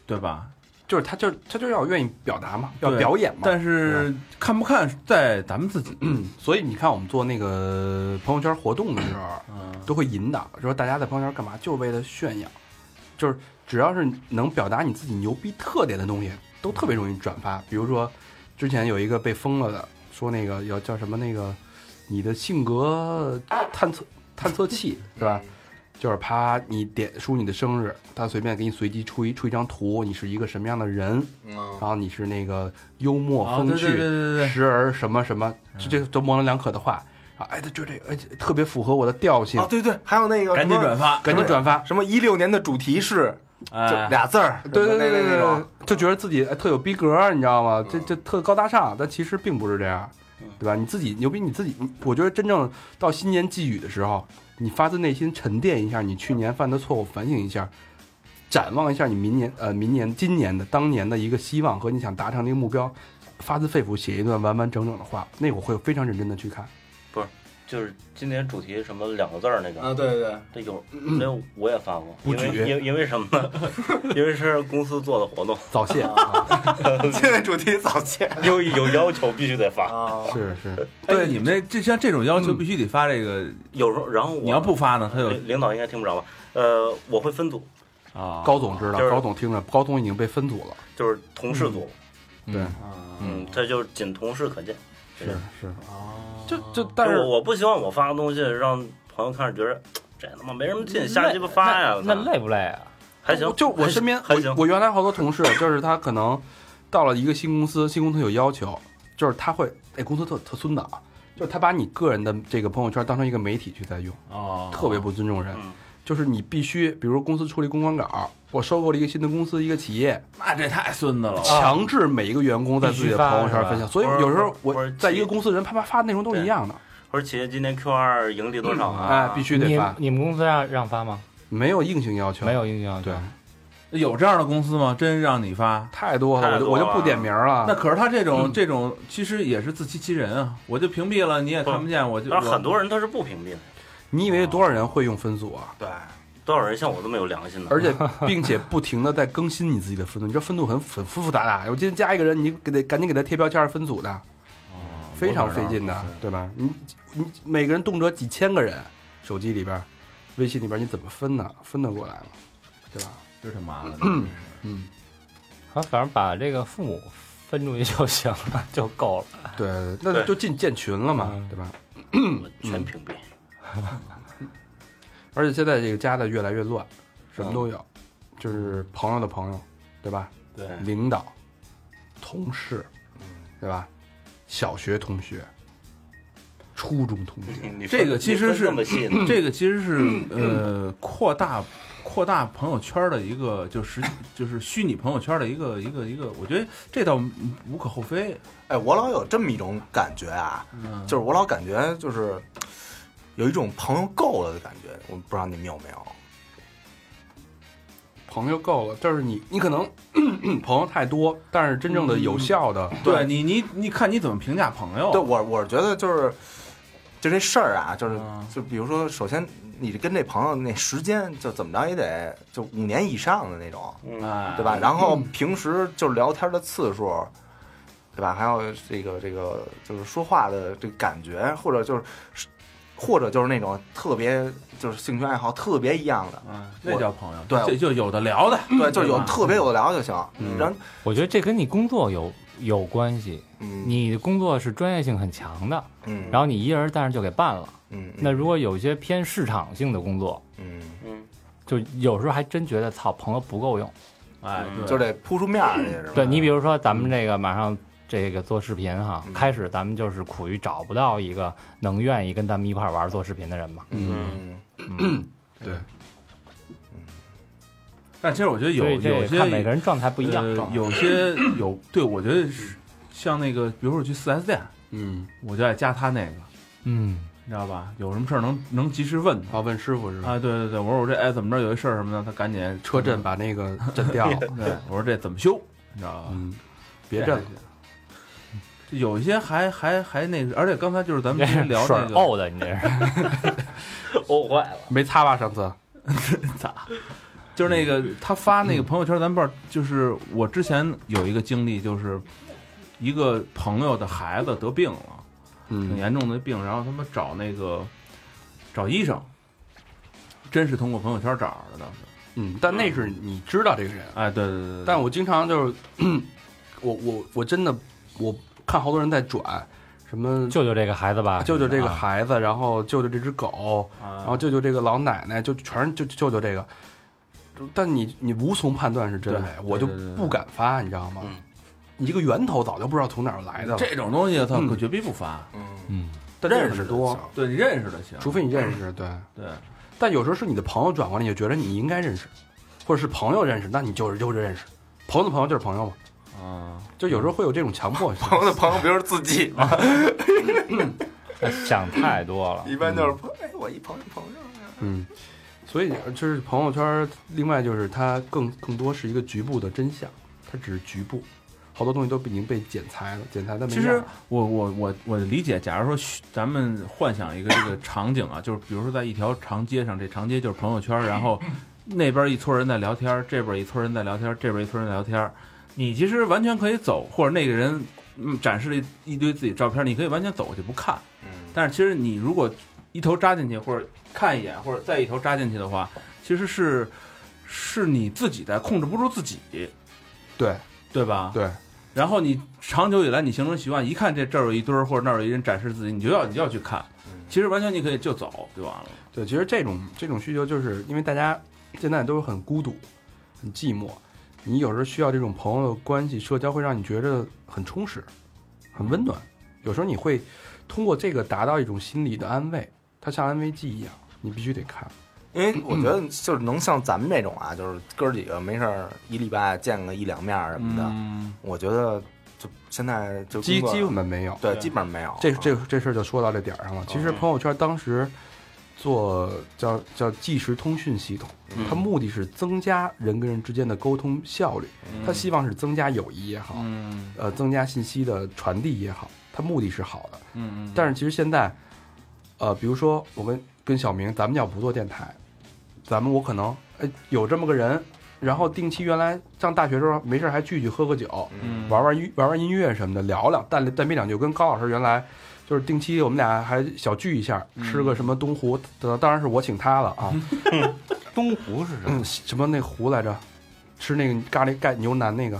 [SPEAKER 5] 对吧？
[SPEAKER 2] 就是他就是他就是要愿意表达嘛，要
[SPEAKER 5] 对
[SPEAKER 2] 表演嘛。
[SPEAKER 5] 但是看不看在咱们自己。
[SPEAKER 2] 所以你看，我们做那个朋友圈活动的时候，
[SPEAKER 5] 嗯
[SPEAKER 2] 都会引导说大家在朋友圈干嘛，就是为了炫耀，就是只要是能表达你自己牛逼特点的东西，都特别容易转发。比如说，之前有一个被封了的，说那个要叫什么那个你的性格探测探测器
[SPEAKER 5] 嗯
[SPEAKER 2] 是吧？就是啪，你点输你的生日，他随便给你随机出一出一张图，你是一个什么样的人，
[SPEAKER 4] 嗯，
[SPEAKER 2] 然后你是那个幽默
[SPEAKER 5] 啊
[SPEAKER 2] 风
[SPEAKER 5] 对
[SPEAKER 2] 趣，
[SPEAKER 5] 对对对对，
[SPEAKER 2] 时而什么什么，这这都模棱两可的话啊，哎，就这个，哎，特别符合我的调性
[SPEAKER 4] 啊，，对对，还有那个
[SPEAKER 5] 赶紧
[SPEAKER 4] 什么
[SPEAKER 5] 转发，
[SPEAKER 2] 赶紧转发。
[SPEAKER 4] 什么一六年的主题是就
[SPEAKER 5] 哎，
[SPEAKER 4] 俩字儿，
[SPEAKER 2] 对对
[SPEAKER 4] 什
[SPEAKER 2] 对
[SPEAKER 4] 么
[SPEAKER 2] 对
[SPEAKER 4] 那那那
[SPEAKER 2] 对嗯
[SPEAKER 4] 种，，
[SPEAKER 2] 就觉得自己哎特有逼格，你知道吗？这这特高大上，但其实并不是这样，对吧？你自己牛逼，你自己，你我觉得真正到新年寄语的时候，你发自内心沉淀一下你去年犯的错误，反省一下，展望一下你明年呃明年今年的当年的一个希望和你想达成的一个目标，发自肺腑写一段完完整整的话，那我会非常认真的去看。
[SPEAKER 3] 就是今年主题什么两个字儿那个
[SPEAKER 4] 啊，对对对，
[SPEAKER 3] 这有那我也发过，
[SPEAKER 2] 不
[SPEAKER 3] 因为
[SPEAKER 2] 举
[SPEAKER 3] 因因为什么呢？因为是公司做的活动， *laughs*
[SPEAKER 2] 早泄。
[SPEAKER 4] 现在主题早泄
[SPEAKER 3] 有有要求必须得发。
[SPEAKER 4] 啊，
[SPEAKER 3] *laughs*
[SPEAKER 2] 是是，
[SPEAKER 5] *laughs* 对你们这这像这种要求必须得发这个，
[SPEAKER 3] 有时候，然后嗯我
[SPEAKER 5] 你要不发呢，他有
[SPEAKER 3] 领领导应该听不着吧？呃，我会分组，
[SPEAKER 5] 啊
[SPEAKER 2] 高总知道，
[SPEAKER 3] 就是
[SPEAKER 2] 高总听着，高总已经被分组了。
[SPEAKER 3] 就是同事组，
[SPEAKER 2] 对，
[SPEAKER 3] 嗯，他就仅同事可见。
[SPEAKER 2] 是是，
[SPEAKER 5] 就
[SPEAKER 2] 就但
[SPEAKER 3] 就是我我不希望我发的东西让朋友看着觉得这他妈没什么劲，瞎鸡巴发呀！
[SPEAKER 6] 那
[SPEAKER 3] 我操
[SPEAKER 6] 那累不累啊？
[SPEAKER 3] 还行，
[SPEAKER 2] 就我身边，
[SPEAKER 3] 还
[SPEAKER 2] 我
[SPEAKER 3] 行，
[SPEAKER 2] 我原来好多同事，就是他可能到了一个新公司，新公司有要求，就是他会，哎，公司特特孙子啊，就是他把你个人的这个朋友圈当成一个媒体去在用，
[SPEAKER 5] 哦，
[SPEAKER 2] 特别不尊重人
[SPEAKER 3] 嗯。
[SPEAKER 2] 就是你必须，比如公司出了一公关稿，我收购了一个新的公司一个企业，
[SPEAKER 5] 那这太孙子了，
[SPEAKER 2] 强制每一个员工在自己的朋友
[SPEAKER 6] 必须发是
[SPEAKER 2] 圈
[SPEAKER 6] 吧
[SPEAKER 2] 分享。所以
[SPEAKER 3] 或者
[SPEAKER 2] 有时候
[SPEAKER 3] 或
[SPEAKER 2] 我
[SPEAKER 3] 者
[SPEAKER 2] 在一个公司，人啪啪发的内容都是一样的，
[SPEAKER 3] 或者企业今年 Q 二盈利多少啊？
[SPEAKER 2] 哎，必须得
[SPEAKER 6] 你
[SPEAKER 2] 发，
[SPEAKER 6] 你们公司让让发吗？
[SPEAKER 2] 没有硬性要求，
[SPEAKER 6] 没有印象。
[SPEAKER 2] 对，
[SPEAKER 5] 有这样的公司吗？真让你发？
[SPEAKER 2] 太多了，我
[SPEAKER 3] 太
[SPEAKER 2] 就
[SPEAKER 3] 多
[SPEAKER 2] 我就
[SPEAKER 3] 了
[SPEAKER 2] 不点名了。
[SPEAKER 5] 那可是他这种这种其实也是自欺欺人啊！我就屏蔽了，你也看不见，我就
[SPEAKER 3] 但是
[SPEAKER 5] 我
[SPEAKER 3] 很多人他是不屏蔽的，
[SPEAKER 2] 你以为多少人会用分组啊？
[SPEAKER 4] 对，
[SPEAKER 3] 多少人像我这么有良心的？
[SPEAKER 2] 而且并且不停的在更新你自己的分组，你知道分组很很复复杂杂。我今天加一个人，你给得赶紧给他贴标签儿分组的，非常费劲的，对吧？你你每个人动辄几千个人，手机里边儿、微信里边儿，你怎么分呢？分得过来吗？对吧？
[SPEAKER 5] 这挺麻烦的。
[SPEAKER 2] 嗯，
[SPEAKER 6] 啊，反正把这个父母分出去就行了， *laughs* 就够了。
[SPEAKER 2] 对，那
[SPEAKER 3] 对
[SPEAKER 2] 就进建群了嘛，对吧？
[SPEAKER 3] 全屏蔽，
[SPEAKER 2] 而且现在这个加的越来越乱，什么都有，就是朋友的朋友，对吧？
[SPEAKER 5] 对
[SPEAKER 3] 嗯
[SPEAKER 2] 领导、同事，对吧？小学同学、初中同学，
[SPEAKER 3] 你
[SPEAKER 5] 这个其实是嗯
[SPEAKER 3] 这么细呢，
[SPEAKER 5] 这个其实是呃扩大扩大朋友圈的一个，就是就是虚拟朋友圈的一个一个一个，我觉得这倒无可厚非。
[SPEAKER 4] 哎，我老有这么一种感觉啊，
[SPEAKER 5] 嗯，
[SPEAKER 4] 就是我老感觉就是有一种朋友够了的感觉，我不知道你们有没有？
[SPEAKER 2] 朋友够了，就是你，你可能 *clears throat* 朋友太多，但是真正的有效的，
[SPEAKER 5] 对你你你看你怎么评价朋友？
[SPEAKER 4] 对我，我觉得就是就这事儿啊，就是
[SPEAKER 5] 嗯
[SPEAKER 4] 就比如说，首先你跟这朋友那时间就怎么着也得就五年以上的那种，
[SPEAKER 3] 嗯，
[SPEAKER 5] 哎，
[SPEAKER 4] 对吧？？然后平时就聊天的次数，对吧？还有这个这个就是说话的这个感觉，或者就是或者就是那种特别就是兴趣爱好特别一样的，
[SPEAKER 5] 嗯，那叫朋友，
[SPEAKER 4] 对
[SPEAKER 5] 这就有的聊的。
[SPEAKER 4] 对，就是有
[SPEAKER 5] 吧
[SPEAKER 4] 特别有聊就行。
[SPEAKER 2] 嗯
[SPEAKER 4] 然后
[SPEAKER 6] 我觉得这跟你工作有有关系。
[SPEAKER 4] 嗯
[SPEAKER 6] 你的工作是专业性很强的，
[SPEAKER 4] 嗯，
[SPEAKER 6] 然后你一人但是就给办了。
[SPEAKER 4] 嗯
[SPEAKER 6] 那如果有一些偏市场性的工作，
[SPEAKER 4] 嗯，
[SPEAKER 3] 嗯，
[SPEAKER 6] 就有时候还真觉得操朋友不够用。
[SPEAKER 5] 哎，对
[SPEAKER 4] 就得扑出面儿去是吧？
[SPEAKER 6] 对你比如说咱们这个马上这个做视频哈，
[SPEAKER 4] 嗯
[SPEAKER 6] 开始咱们就是苦于找不到一个能愿意跟咱们一块儿玩儿做视频的人嘛。
[SPEAKER 2] 嗯，
[SPEAKER 4] 嗯
[SPEAKER 6] 嗯，
[SPEAKER 5] 但其实我觉得有
[SPEAKER 6] 所以这
[SPEAKER 5] 有
[SPEAKER 6] 也
[SPEAKER 5] 些
[SPEAKER 6] 看每个人状态不一样。
[SPEAKER 5] 呃有些有对我觉得是像那个，比如说我去四 S 店，
[SPEAKER 2] 嗯，
[SPEAKER 5] 我就爱加他那个，
[SPEAKER 6] 嗯，
[SPEAKER 5] 你知道吧？有什么事儿能能及时问他
[SPEAKER 2] 啊，问师傅是吧？
[SPEAKER 5] 啊！对对对，我说我这哎怎么着有一事儿什么的，他赶紧
[SPEAKER 2] 车震，把
[SPEAKER 5] *laughs*
[SPEAKER 2] 那个震掉了，
[SPEAKER 5] 对，我说这怎么修，你知道吧？
[SPEAKER 2] 嗯，别震了，
[SPEAKER 5] 这有一些还还还那个，而且刚才就是咱
[SPEAKER 2] *laughs*
[SPEAKER 6] 你这
[SPEAKER 5] 们之
[SPEAKER 6] 是
[SPEAKER 5] 前聊
[SPEAKER 6] 水
[SPEAKER 5] 那个，
[SPEAKER 6] 沤的，你这是。
[SPEAKER 3] 哦坏了，
[SPEAKER 2] 没擦吧？上次
[SPEAKER 5] *laughs* 就是那个他发那个朋友圈，咱不知道，就是我之前有一个经历，就是一个朋友的孩子得病了，挺
[SPEAKER 2] 嗯
[SPEAKER 5] 严重的病，然后他们找那个找医生，真是通过朋友圈找的，当时。
[SPEAKER 2] 嗯，但那是你知道这个人，
[SPEAKER 5] 哎，对对对对，
[SPEAKER 2] 但
[SPEAKER 5] 我
[SPEAKER 2] 我经常就是， *clears throat* 我我我真的我看好多人在转什么
[SPEAKER 6] 救救这个孩子
[SPEAKER 2] *laughs*
[SPEAKER 6] 吧，
[SPEAKER 2] 救救这个
[SPEAKER 6] 啊
[SPEAKER 2] 孩子，然后救救这只狗，
[SPEAKER 5] 啊
[SPEAKER 2] 然后救救这个老奶奶，就全是救救救这个。但你你无从判断是真伪
[SPEAKER 5] 对，
[SPEAKER 2] 我就
[SPEAKER 5] 对对对
[SPEAKER 2] 不敢发，你知道吗
[SPEAKER 3] 嗯？
[SPEAKER 2] 你这个源头早就不知道从哪儿来的了，
[SPEAKER 5] 这种东西，他
[SPEAKER 2] 嗯
[SPEAKER 5] 可绝逼不发。
[SPEAKER 4] 嗯，
[SPEAKER 6] 嗯，
[SPEAKER 2] 但
[SPEAKER 4] 认
[SPEAKER 2] 这
[SPEAKER 4] 识
[SPEAKER 2] 很
[SPEAKER 4] 的
[SPEAKER 2] 多
[SPEAKER 4] 行，
[SPEAKER 5] 对你认识的行，
[SPEAKER 2] 除非你认识。对，
[SPEAKER 5] 对
[SPEAKER 2] 但有时候是你的朋友转过来，你就觉得你应该认识，或者是朋友认识，那你就是就是认识，朋友的朋友就是朋友嘛。
[SPEAKER 5] 啊，
[SPEAKER 2] 就有时候会有这种强迫性。
[SPEAKER 4] 朋友的朋友，比如自己嘛，
[SPEAKER 6] 他想太多
[SPEAKER 2] *laughs*
[SPEAKER 6] 了。
[SPEAKER 4] 一般就是朋哎，我一朋友朋友。
[SPEAKER 2] 嗯，所以呃就是朋友圈儿，另外就是它更更多是一个局部的真相，它只是局部，好多东西都已经被剪裁了，剪裁的没
[SPEAKER 5] 其
[SPEAKER 2] 样
[SPEAKER 5] 实
[SPEAKER 2] 儿
[SPEAKER 5] 我我我我理解，假如说虚咱们幻想一个这个场景啊，就是比如说在一条长街上，这长街就是朋友圈，然后那边一撮人在聊天，这边一撮人在聊天，这边一撮人在聊天，你其实完全可以走，或者那个人嗯展示了一一堆自己照片，你可以完全走过去不看。
[SPEAKER 4] 嗯，
[SPEAKER 5] 但是其实你如果一头扎进去，或者看一眼，或者再一头扎进去的话，其实是是你自己在控制不住自己，
[SPEAKER 2] 对
[SPEAKER 5] 对吧？
[SPEAKER 2] 对，
[SPEAKER 5] 然后你长久以来你形成习惯，一看这这儿有一堆儿或者那儿有一人展示自己，你就要你就要去看。
[SPEAKER 4] 嗯
[SPEAKER 5] 其实完全你可以就走就完了。
[SPEAKER 2] 对，其实这种这种需求，就是因为大家现在都很孤独，很寂寞。你有时候需要这种朋友关系社交，会让你觉得很充实、很温暖。有时候你会通过这个达到一种心理的安慰，它像安慰剂一样，你必须得看。
[SPEAKER 4] 因为我觉得就是能像咱们这种啊，就是哥几个没事儿一礼拜见个一两面儿什么的，
[SPEAKER 5] 嗯，
[SPEAKER 4] 我觉得就现在就
[SPEAKER 2] 基
[SPEAKER 4] 工作
[SPEAKER 2] 基本没有，
[SPEAKER 4] 对
[SPEAKER 5] 对
[SPEAKER 4] 基本上没有
[SPEAKER 2] 这这这事儿就说到这点儿上了。其
[SPEAKER 5] 哦
[SPEAKER 2] 实
[SPEAKER 3] 嗯
[SPEAKER 2] 朋友圈当时做叫叫即时通讯系统，
[SPEAKER 5] 嗯
[SPEAKER 2] 它目的是增加人跟人之间的沟通效率，它希望是增加友谊也好，
[SPEAKER 5] 嗯
[SPEAKER 2] 呃，增加信息的传递也好，它目的是好的。
[SPEAKER 5] 嗯，
[SPEAKER 2] 但是其实现在，呃，比如说我跟跟小明，咱们要不做电台，咱们我可能哎有这么个人，然后定期原来上大学时候没事儿还聚聚喝喝酒，
[SPEAKER 5] 嗯
[SPEAKER 2] 玩玩音玩玩音乐什么的，聊聊，但但别两句。跟高老师原来就是定期我们俩还小聚一下，吃个什么东湖，呃当然是我请他了啊。
[SPEAKER 1] 东湖是什么？
[SPEAKER 2] 嗯什么那湖来着？吃那个咖喱盖牛腩那个，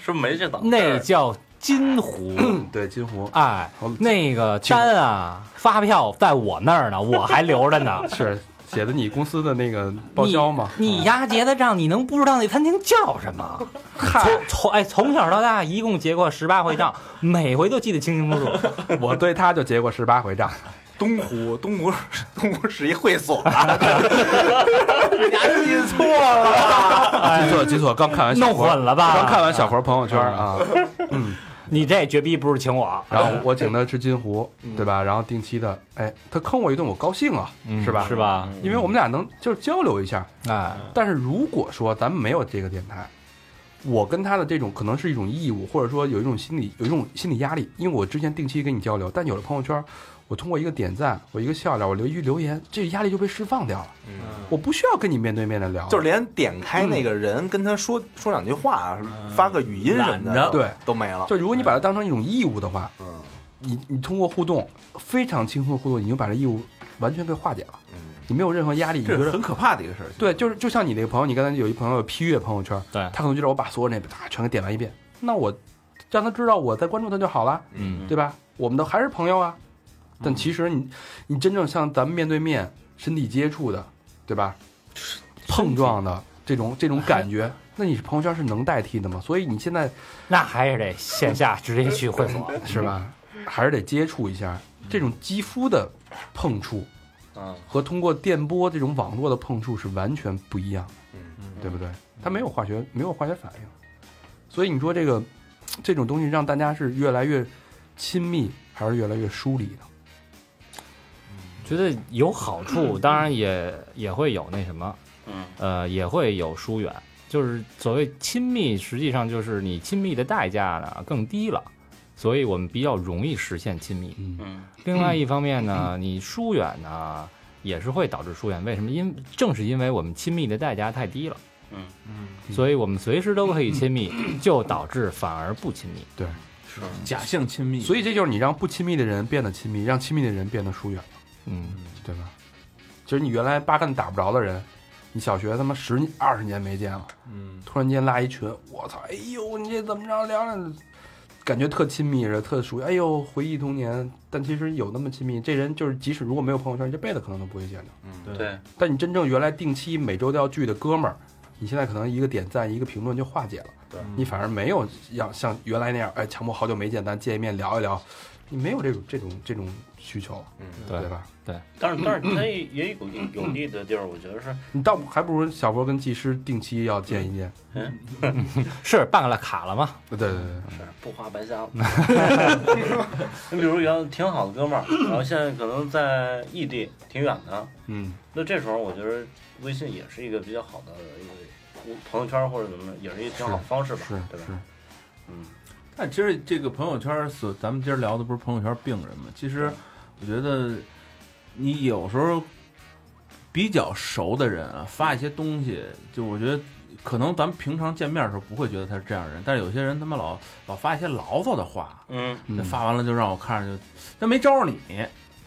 [SPEAKER 3] 是不是没这档事儿
[SPEAKER 6] 那叫金湖，
[SPEAKER 2] 对金湖
[SPEAKER 6] 哎，那个单啊，发票在我那儿呢，我还留着
[SPEAKER 2] *laughs*
[SPEAKER 6] 呢。
[SPEAKER 2] 是写的你公司的那个报销嘛？
[SPEAKER 6] 你丫结的账，你能不知道那餐厅叫什么？从从哎，从小到大一共结过十八回账，每回都记得清清楚楚。
[SPEAKER 2] 我对他就结过十八回账，
[SPEAKER 4] 东湖东湖东湖是一会所，人家记错了，
[SPEAKER 2] 记错记错，刚看完小
[SPEAKER 6] 弄
[SPEAKER 2] 佛
[SPEAKER 6] 混了啊吧
[SPEAKER 2] 刚看完小佛朋友圈啊，
[SPEAKER 6] 你这绝逼不是请我，
[SPEAKER 2] 然后我请他吃金湖，对吧？然后定期的，哎，他坑我一顿，我高兴啊，
[SPEAKER 5] 嗯
[SPEAKER 2] 是吧？
[SPEAKER 6] 是？吧？
[SPEAKER 2] 因为我们俩能就是交流一下，
[SPEAKER 6] 哎，
[SPEAKER 2] 但是如果说咱们没有这个电台，我跟他的这种可能是一种义务，或者说有一种心理有一种心理压力，因为我之前定期跟你交流，但有了朋友圈，我通过一个点赞，我一个笑脸，我留一句留言，这个压力就被释放掉了。我不需要跟你面对面的聊，
[SPEAKER 4] 嗯就是连点开那个人跟他说说两句话，发个语音什么
[SPEAKER 5] 懒
[SPEAKER 4] 的，
[SPEAKER 5] 得
[SPEAKER 2] 对
[SPEAKER 4] 都没了。嗯
[SPEAKER 2] 就如果你把它当成一种义务的话，你你通过互动非常轻松的互动，你就把这义务完全给化解了，
[SPEAKER 4] 嗯
[SPEAKER 2] 你没有任何压力，你觉
[SPEAKER 5] 这是
[SPEAKER 2] 得
[SPEAKER 5] 很可怕的一个事儿。
[SPEAKER 2] 对，就是就像你那个朋友，你刚才有一朋友批阅朋友圈，
[SPEAKER 6] 对
[SPEAKER 2] 他可能觉得我把所有那啊全给点完一遍，那我让他知道我在关注他就好了，
[SPEAKER 6] 嗯，
[SPEAKER 2] 对吧？我们都还是朋友啊。但其实你你真正像咱们面对面身体接触的，对吧？碰撞的这种这种感
[SPEAKER 6] *laughs*
[SPEAKER 2] 觉，那你是朋友圈是能代替的吗？所以你现在
[SPEAKER 6] 那还是得线下直接去会所。
[SPEAKER 2] 是吧，还是得接触一下
[SPEAKER 6] 嗯
[SPEAKER 2] 这种肌肤的碰触
[SPEAKER 3] 嗯，
[SPEAKER 2] 和通过电波这种网络的碰触是完全不一样的。
[SPEAKER 4] 嗯，
[SPEAKER 2] 对不对？它没有化学，没有化学反应，所以你说这个这种东西让大家是越来越亲密，还是越来越疏离呢？
[SPEAKER 6] 觉得有好处，当然也也会有那什么，
[SPEAKER 3] 嗯，
[SPEAKER 6] 呃，也会有疏远。就是所谓亲密，实际上就是你亲密的代价呢更低了，所以我们比较容易实现亲密。
[SPEAKER 2] 嗯
[SPEAKER 3] 嗯
[SPEAKER 6] 另外一方面呢，你疏远呢也是会导致疏远。为什么？因正是因为我们亲密的代价太低了，
[SPEAKER 3] 嗯
[SPEAKER 2] 嗯
[SPEAKER 6] 所以我们随时都可以亲密，就导致反而不亲密。
[SPEAKER 5] 假性亲密，
[SPEAKER 2] 所以这就是你让不亲密的人变得亲密，让亲密的人变得疏远了，
[SPEAKER 6] 嗯，
[SPEAKER 2] 对吧？其实你原来八竿子打不着的人，你小学他妈十年二十年没见了，
[SPEAKER 5] 嗯
[SPEAKER 2] 突然间拉一群，我操，哎呦，你这怎么着聊聊？感觉特亲密似的，特熟悉。哎呦，回忆童年，但其实有那么亲密，这人就是即使如果没有朋友圈，这辈子可能都不会见着。
[SPEAKER 3] 对，
[SPEAKER 2] 但你真正原来定期每周都要聚的哥们儿，你现在可能一个点赞、一个评论就化解了，
[SPEAKER 4] 对
[SPEAKER 2] 你反而没有要像原来那样，哎，强迫好久没见，咱见一面聊一聊，你没有这种这种这种需求，
[SPEAKER 4] 嗯
[SPEAKER 6] 对
[SPEAKER 2] 吧？
[SPEAKER 3] 但是但是它也也有有利的地儿，我觉得是
[SPEAKER 2] 你倒还不如小波跟技师定期要见一见，
[SPEAKER 6] 是办了卡了吗？
[SPEAKER 2] 对对对，
[SPEAKER 3] 是不花白瞎了。 *laughs* 你比如原来挺好的哥们儿，然后现在可能在异地挺远的，
[SPEAKER 2] 嗯，
[SPEAKER 3] 那这时候我觉得微信也是一个比较好的一个朋友圈或者怎么，也是一个挺好的方式吧，
[SPEAKER 2] 是
[SPEAKER 3] 对吧？
[SPEAKER 2] 是，
[SPEAKER 3] 嗯
[SPEAKER 5] 但其实这个朋友圈儿所，咱们今儿聊的不是朋友圈儿病人嘛？其实我觉得，你有时候比较熟的人啊，发一些东西，就我觉得可能咱们平常见面的时候不会觉得他是这样的人，但是有些人他妈老老发一些牢骚的话，
[SPEAKER 3] 嗯
[SPEAKER 2] 嗯
[SPEAKER 5] 那发完了就让我看着就，他没招你，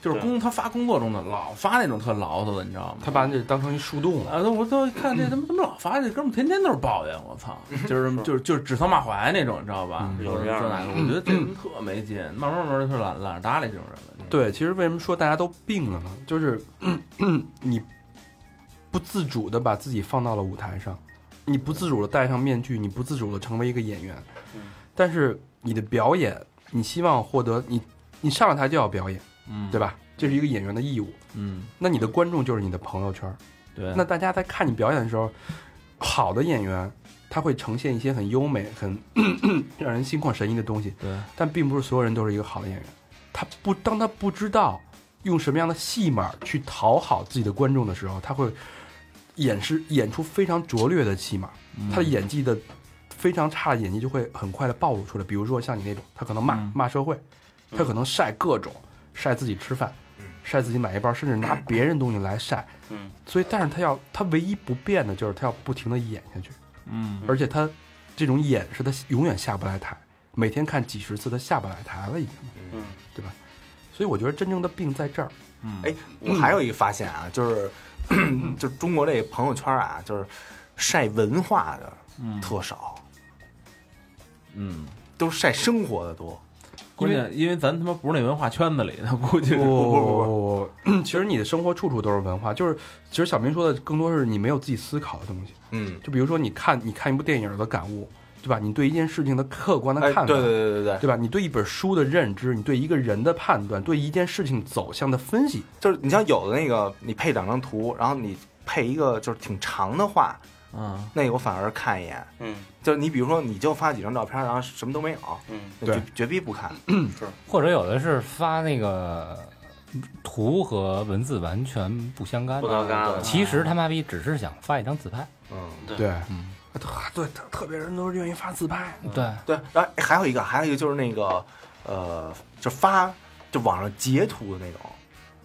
[SPEAKER 5] 就是
[SPEAKER 3] 对
[SPEAKER 5] 工他发工作中的老发那种特牢骚的，你知道吗？
[SPEAKER 2] 他把你这当成一树洞 *laughs* 了，
[SPEAKER 5] 啊！那我都看这他妈怎么老发这哥们儿天天都是抱怨，我操，就是就是就是指桑骂槐那种，你知道吧？
[SPEAKER 2] 嗯
[SPEAKER 5] 有
[SPEAKER 3] 有这样的
[SPEAKER 5] 哪个？我觉得这人特没劲，慢慢慢慢就懒懒得搭理这种人了。
[SPEAKER 2] 对，其实为什么说大家都病了呢？就是你不自主的把自己放到了舞台上，你不自主的戴上面具，你不自主的成为一个演员
[SPEAKER 3] 嗯，
[SPEAKER 2] 但是你的表演，你希望获得你你上了台就要表演，
[SPEAKER 5] 嗯，
[SPEAKER 2] 对吧？这是一个演员的义务。
[SPEAKER 5] 嗯，
[SPEAKER 2] 那你的观众就是你的朋友圈儿，
[SPEAKER 5] 对，
[SPEAKER 2] 那大家在看你表演的时候，好的演员他会呈现一些很优美、很 *clears throat* 让人心旷神怡的东西，
[SPEAKER 5] 对，
[SPEAKER 2] 但并不是所有人都是一个好的演员。他不当他不知道用什么样的戏码去讨好自己的观众的时候，他会演示演出非常拙劣的戏码，
[SPEAKER 5] 嗯
[SPEAKER 2] 他的演技的非常差的演技就会很快的暴露出来。比如说像你那种，他可能骂、
[SPEAKER 5] 嗯
[SPEAKER 2] 骂社会，他可能晒各种晒自己吃饭，
[SPEAKER 5] 嗯
[SPEAKER 2] 晒自己买一包，甚至拿别人东西来晒。
[SPEAKER 3] 嗯，
[SPEAKER 2] 所以，但是他要他唯一不变的就是他要不停的演下去，
[SPEAKER 5] 嗯
[SPEAKER 2] 而且他这种演是他永远下不来台，每天看几十次他下不来台了已经，
[SPEAKER 3] 嗯，
[SPEAKER 2] 对吧？所以我觉得真正的病在这儿，
[SPEAKER 5] 嗯，
[SPEAKER 4] 哎，我还有一个发现啊，就是 *coughs* 就是中国这朋友圈啊，就是晒文化的
[SPEAKER 5] 嗯
[SPEAKER 4] 特少，
[SPEAKER 5] 嗯，
[SPEAKER 4] 都是晒生活的多。
[SPEAKER 5] 关键因为咱他妈不是那文化圈子里的， *laughs* 估计
[SPEAKER 2] *laughs* 不不不 *laughs* 不，其实你的生活处处都是文化，就是其实小明说的更多是你没有自己思考的东西，
[SPEAKER 4] 嗯，
[SPEAKER 2] 就比如说你看你看一部电影的感悟，对吧？你对一件事情的客观的
[SPEAKER 4] 哎，
[SPEAKER 2] 看法，
[SPEAKER 4] 对对对对对，
[SPEAKER 2] 对吧？你对一本书的认知，你对一个人的判断，对一件事情走向的分析，
[SPEAKER 4] 就是你像有的那个，你配两张图，然后你配一个就是挺长的话，
[SPEAKER 5] 嗯，
[SPEAKER 4] 那个我反而看一眼。
[SPEAKER 3] 嗯
[SPEAKER 4] 就是你比如说，你就发几张照片，然后什么都没有，
[SPEAKER 3] 嗯
[SPEAKER 4] 那
[SPEAKER 2] 对
[SPEAKER 4] 绝绝逼不看。
[SPEAKER 6] 或者有的是发那个图和文字完全不相干
[SPEAKER 3] 不
[SPEAKER 6] 的，
[SPEAKER 3] 搭嘎的，
[SPEAKER 6] 其实他妈逼只是想发一张自拍，
[SPEAKER 4] 嗯，
[SPEAKER 2] 对，
[SPEAKER 6] 嗯，
[SPEAKER 2] 对，特特别人都是愿意发自拍，
[SPEAKER 6] 对，
[SPEAKER 4] 对。然后还有一个，还有一个就是那个，呃，就发就网上截图的那种，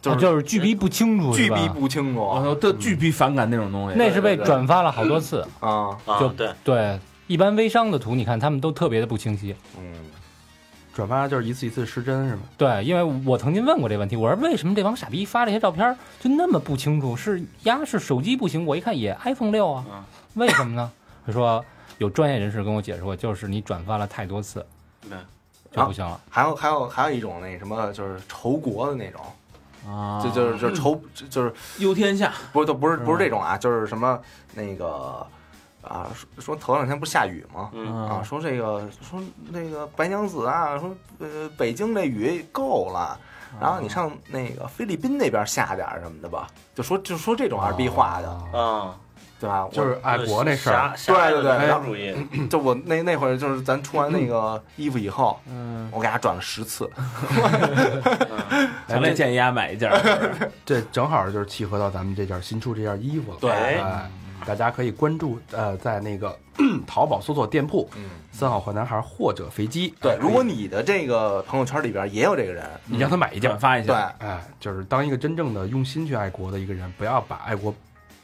[SPEAKER 4] 就
[SPEAKER 6] 啊
[SPEAKER 4] 是
[SPEAKER 6] 就是巨逼不清楚，
[SPEAKER 4] 巨
[SPEAKER 6] 是吧
[SPEAKER 4] 逼不清
[SPEAKER 5] 我操，
[SPEAKER 4] 楚
[SPEAKER 5] 这哦巨逼反感那种东西。
[SPEAKER 6] 那是被
[SPEAKER 4] 对对对
[SPEAKER 6] 转发了好多次，
[SPEAKER 4] 啊。
[SPEAKER 3] 啊
[SPEAKER 6] 就
[SPEAKER 3] 对，
[SPEAKER 6] 对。一般微商的图，你看他们都特别的不清晰。
[SPEAKER 4] 嗯，
[SPEAKER 2] 转发就是一次一次失真，是吗？
[SPEAKER 6] 对，因为我曾经问过这问题，我说为什么这帮傻逼发这些照片儿就那么不清楚？是呀，是手机不行？我一看也 iPhone 六啊，
[SPEAKER 3] 嗯
[SPEAKER 6] 为什么呢？他说有专业人士跟我解释过，就是你转发了太多次
[SPEAKER 3] 对，
[SPEAKER 6] 就不行了。
[SPEAKER 4] 还有还有还有一种那什么，就是仇国的那种，
[SPEAKER 5] 啊，
[SPEAKER 4] 就就是就是仇就就是
[SPEAKER 5] 忧天下，
[SPEAKER 4] 不是都不是
[SPEAKER 5] 是吗
[SPEAKER 4] 不是这种啊，就是什么那个啊，说说头两天不是下雨吗？
[SPEAKER 3] 嗯
[SPEAKER 4] 啊，说这个说那个白娘子啊，说呃北京这雨够
[SPEAKER 5] 啊
[SPEAKER 4] 了，然后你上那个菲律宾那边下点儿什么的吧，就说就说这种二逼话的，
[SPEAKER 3] 啊，
[SPEAKER 4] 对吧？我
[SPEAKER 2] 就是嗯爱国那事儿，
[SPEAKER 3] 侠，侠
[SPEAKER 4] 对对对
[SPEAKER 3] 爱国主义，
[SPEAKER 4] 就我那那会儿就是咱出完
[SPEAKER 5] *laughs*
[SPEAKER 4] 那个衣服以后，
[SPEAKER 5] 嗯，
[SPEAKER 4] 我给他转了十次，
[SPEAKER 5] 强烈建议大家买一件儿。
[SPEAKER 2] 哎 *laughs* 这正好就是契合到咱们这件新出这件衣服了。
[SPEAKER 4] 对
[SPEAKER 2] 哎大家可以关注呃，在那个 *clears throat* 淘宝搜索店铺
[SPEAKER 4] 嗯。
[SPEAKER 2] “三好坏男孩”或者“肥鸡”。
[SPEAKER 4] 对
[SPEAKER 2] 哎，
[SPEAKER 4] 如果你的这个朋友圈里边也有这个人，
[SPEAKER 2] 你让他买一
[SPEAKER 5] 你
[SPEAKER 2] 件
[SPEAKER 5] 转，发一
[SPEAKER 4] 对，
[SPEAKER 5] 下，
[SPEAKER 2] 哎，就是当一个真正的用心去爱国的一个人，不要把爱国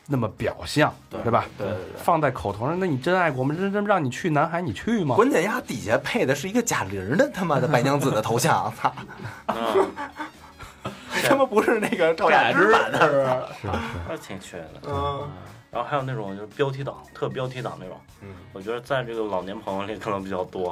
[SPEAKER 2] 那么表象，对吧？
[SPEAKER 4] 对对对。
[SPEAKER 2] 放在口头上，那你真爱国吗？真真让你去南海，你去吗？
[SPEAKER 4] 关键呀，底下配的是一个贾玲的他妈的白娘子的头像，操，
[SPEAKER 3] 嗯，
[SPEAKER 4] 他妈不是那个赵雅芝版的，
[SPEAKER 5] 是吧？
[SPEAKER 2] 是是，
[SPEAKER 3] 那挺缺的。
[SPEAKER 4] 嗯
[SPEAKER 3] 然后还有那种就是标题党，特标题党那种，
[SPEAKER 4] 嗯，
[SPEAKER 3] 我觉得在这个老年朋友里可能比较多，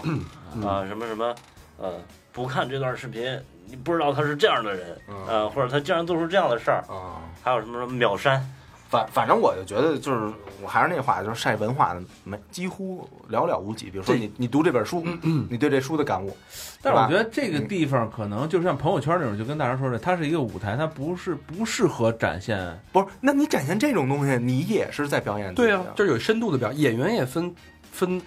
[SPEAKER 3] 啊，什么什么，呃，不看这段视频，你不知道他是这样的人，
[SPEAKER 4] 嗯
[SPEAKER 3] 呃，或者他竟然做出这样的事儿，
[SPEAKER 4] 嗯。
[SPEAKER 3] 还有什么什么秒删，
[SPEAKER 4] 反反正我就觉得，就是我还是那话，就是晒文化的没几乎寥寥无几。比如说你你读这本书，你对这书的感悟，
[SPEAKER 5] 但是我觉
[SPEAKER 4] 得
[SPEAKER 5] 得这个
[SPEAKER 2] 嗯
[SPEAKER 5] 地方可能就像朋友圈那种，就跟大家说的，它是一个舞台，它不是不适合展现。
[SPEAKER 4] 不是，那你展现这种东西，你也是在表演自己
[SPEAKER 2] 对
[SPEAKER 4] 的
[SPEAKER 2] 啊，就是有深度的表演员也分分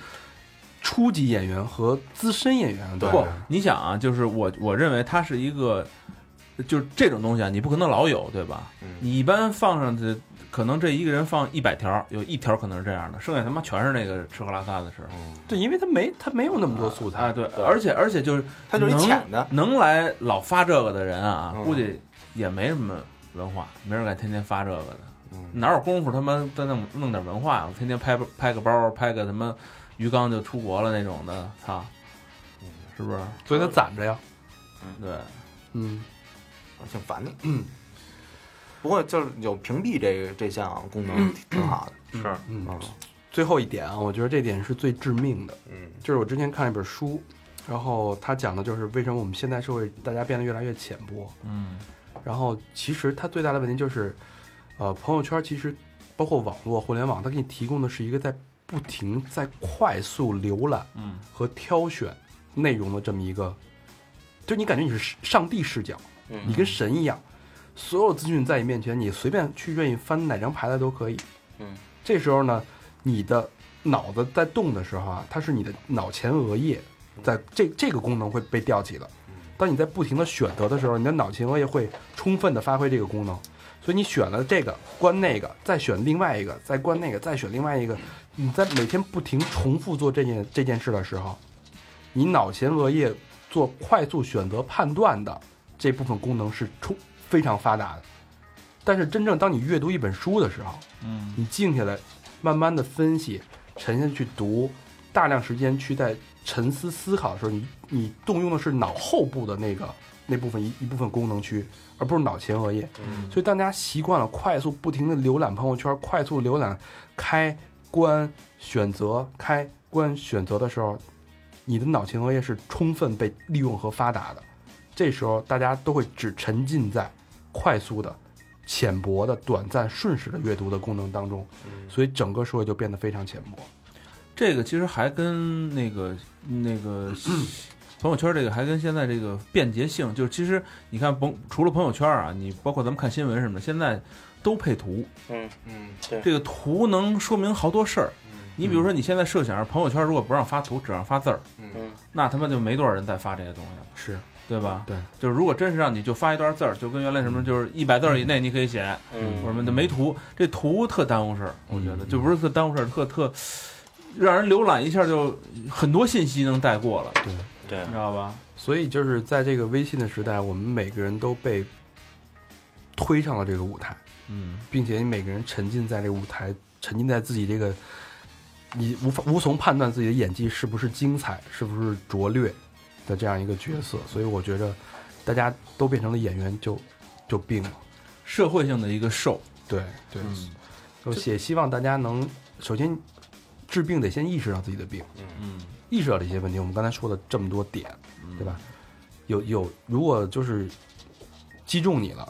[SPEAKER 2] 初级演员和资深演员，对
[SPEAKER 5] 不
[SPEAKER 2] 吧，
[SPEAKER 5] 你想啊，就是我我认为它是一个，就是这种东西啊，你不可能老有，对吧？
[SPEAKER 4] 嗯
[SPEAKER 5] 你一般放上去，可能这一个人放一百条，有一条可能是这样的，剩下他妈全是那个吃喝拉撒的事儿。
[SPEAKER 4] 嗯，
[SPEAKER 2] 对，因为他没他没有那么多素材
[SPEAKER 5] 啊，，对，而且而且就是
[SPEAKER 4] 它就是一浅的，
[SPEAKER 5] 能来老发这个的人啊，
[SPEAKER 4] 啊嗯
[SPEAKER 5] 估计也没什么文化，没人敢天天发这个的。
[SPEAKER 4] 嗯
[SPEAKER 5] 哪有功夫他妈再弄弄点文化？我天天拍拍个包，拍个什么鱼缸就出国了那种的，操，是不是？
[SPEAKER 2] 所以他攒着呀，
[SPEAKER 5] 对，
[SPEAKER 2] 嗯，
[SPEAKER 4] 挺烦的。嗯，不过就是有屏蔽这个这项功能挺挺好的。
[SPEAKER 3] 是，
[SPEAKER 2] 嗯
[SPEAKER 4] 嗯
[SPEAKER 2] 最后一点啊，我觉得这点是最致命的，
[SPEAKER 4] 嗯
[SPEAKER 2] 就是我之前看一本书，然后他讲的就是为什么我们现代社会大家变得越来越浅薄，
[SPEAKER 5] 嗯
[SPEAKER 2] 然后其实他最大的问题就是，呃，朋友圈其实包括网络、互联网，它给你提供的是一个在不停在快速浏览
[SPEAKER 5] 嗯
[SPEAKER 2] 和挑选内容的这么一个，就你感觉你是上帝视角，你
[SPEAKER 3] 嗯
[SPEAKER 2] 跟神一样，所有资讯在你面前，你随便去愿意翻哪张牌来都可以。
[SPEAKER 3] 嗯，
[SPEAKER 2] 这时候呢，你的脑子在动的时候啊，它是你的脑前额叶
[SPEAKER 3] 嗯
[SPEAKER 2] 在这这个功能会被吊起的。当你在不停的选择的时候，你的脑前额叶会充分的发挥这个功能。所以你选了这个，关那个，再选另外一个，再关那个，再选另外一个。你在每天不停重复做这件这件事的时候，你脑前额叶做快速选择判断的这部分功能是充非常发达的。但是真正当你阅读一本书的时候，
[SPEAKER 5] 嗯
[SPEAKER 2] 你静下来，慢慢的分析，沉下去读，大量时间去在沉思思考的时候，你你动用的是脑后部的那个那部分一一部分功能区，而不是脑前额叶。
[SPEAKER 3] 嗯
[SPEAKER 2] 所以当大家习惯了快速不停的浏览朋友圈，快速浏览开关选择开关选择的时候，你的脑前额叶是充分被利用和发达的。这时候大家都会只沉浸在快速的、浅薄的、短暂、瞬时的阅读的功能当中，所以整个社会就变得非常浅薄。
[SPEAKER 5] 这个其实还跟那个那个朋友圈这个还跟现在这个便捷性，就是其实你看甭除了朋友圈啊，你包括咱们看新闻什么的，现在都配图，
[SPEAKER 3] 嗯
[SPEAKER 4] 嗯，
[SPEAKER 5] 这个图能说明好多事儿。你比如说，你现在设想朋友圈如果不让发图，只让发字儿，
[SPEAKER 3] 嗯
[SPEAKER 5] 那他妈就没多少人再发这些东西了，
[SPEAKER 2] 是，
[SPEAKER 5] 对吧？
[SPEAKER 2] 对，
[SPEAKER 5] 就是如果真是让你就发一段字儿，就跟原来什么就是一百字儿以内你可以写，
[SPEAKER 3] 嗯
[SPEAKER 5] 我们就没图，这图特耽误事儿，我觉得就不是特耽误事儿，特特让人浏览一下就很多信息能带过了，
[SPEAKER 3] 对
[SPEAKER 5] 你知道吧？
[SPEAKER 2] 所以就是在这个微信的时代，我们每个人都被推上了这个舞台。
[SPEAKER 5] 嗯
[SPEAKER 2] 并且你每个人沉浸在这个舞台，沉浸在自己这个，你无法无从判断自己的演技是不是精彩，是不是拙劣的这样一个角色。所以我觉着，大家都变成了演员就就病了。，
[SPEAKER 5] 社会性的一个受，
[SPEAKER 2] 对对，
[SPEAKER 5] 嗯
[SPEAKER 2] 而且希望大家能首先治病得先意识到自己的病，
[SPEAKER 5] 嗯，
[SPEAKER 2] 意识到这些问题。我们刚才说了这么多点，
[SPEAKER 5] 嗯
[SPEAKER 2] 对吧？？有有，如果就是击中你了，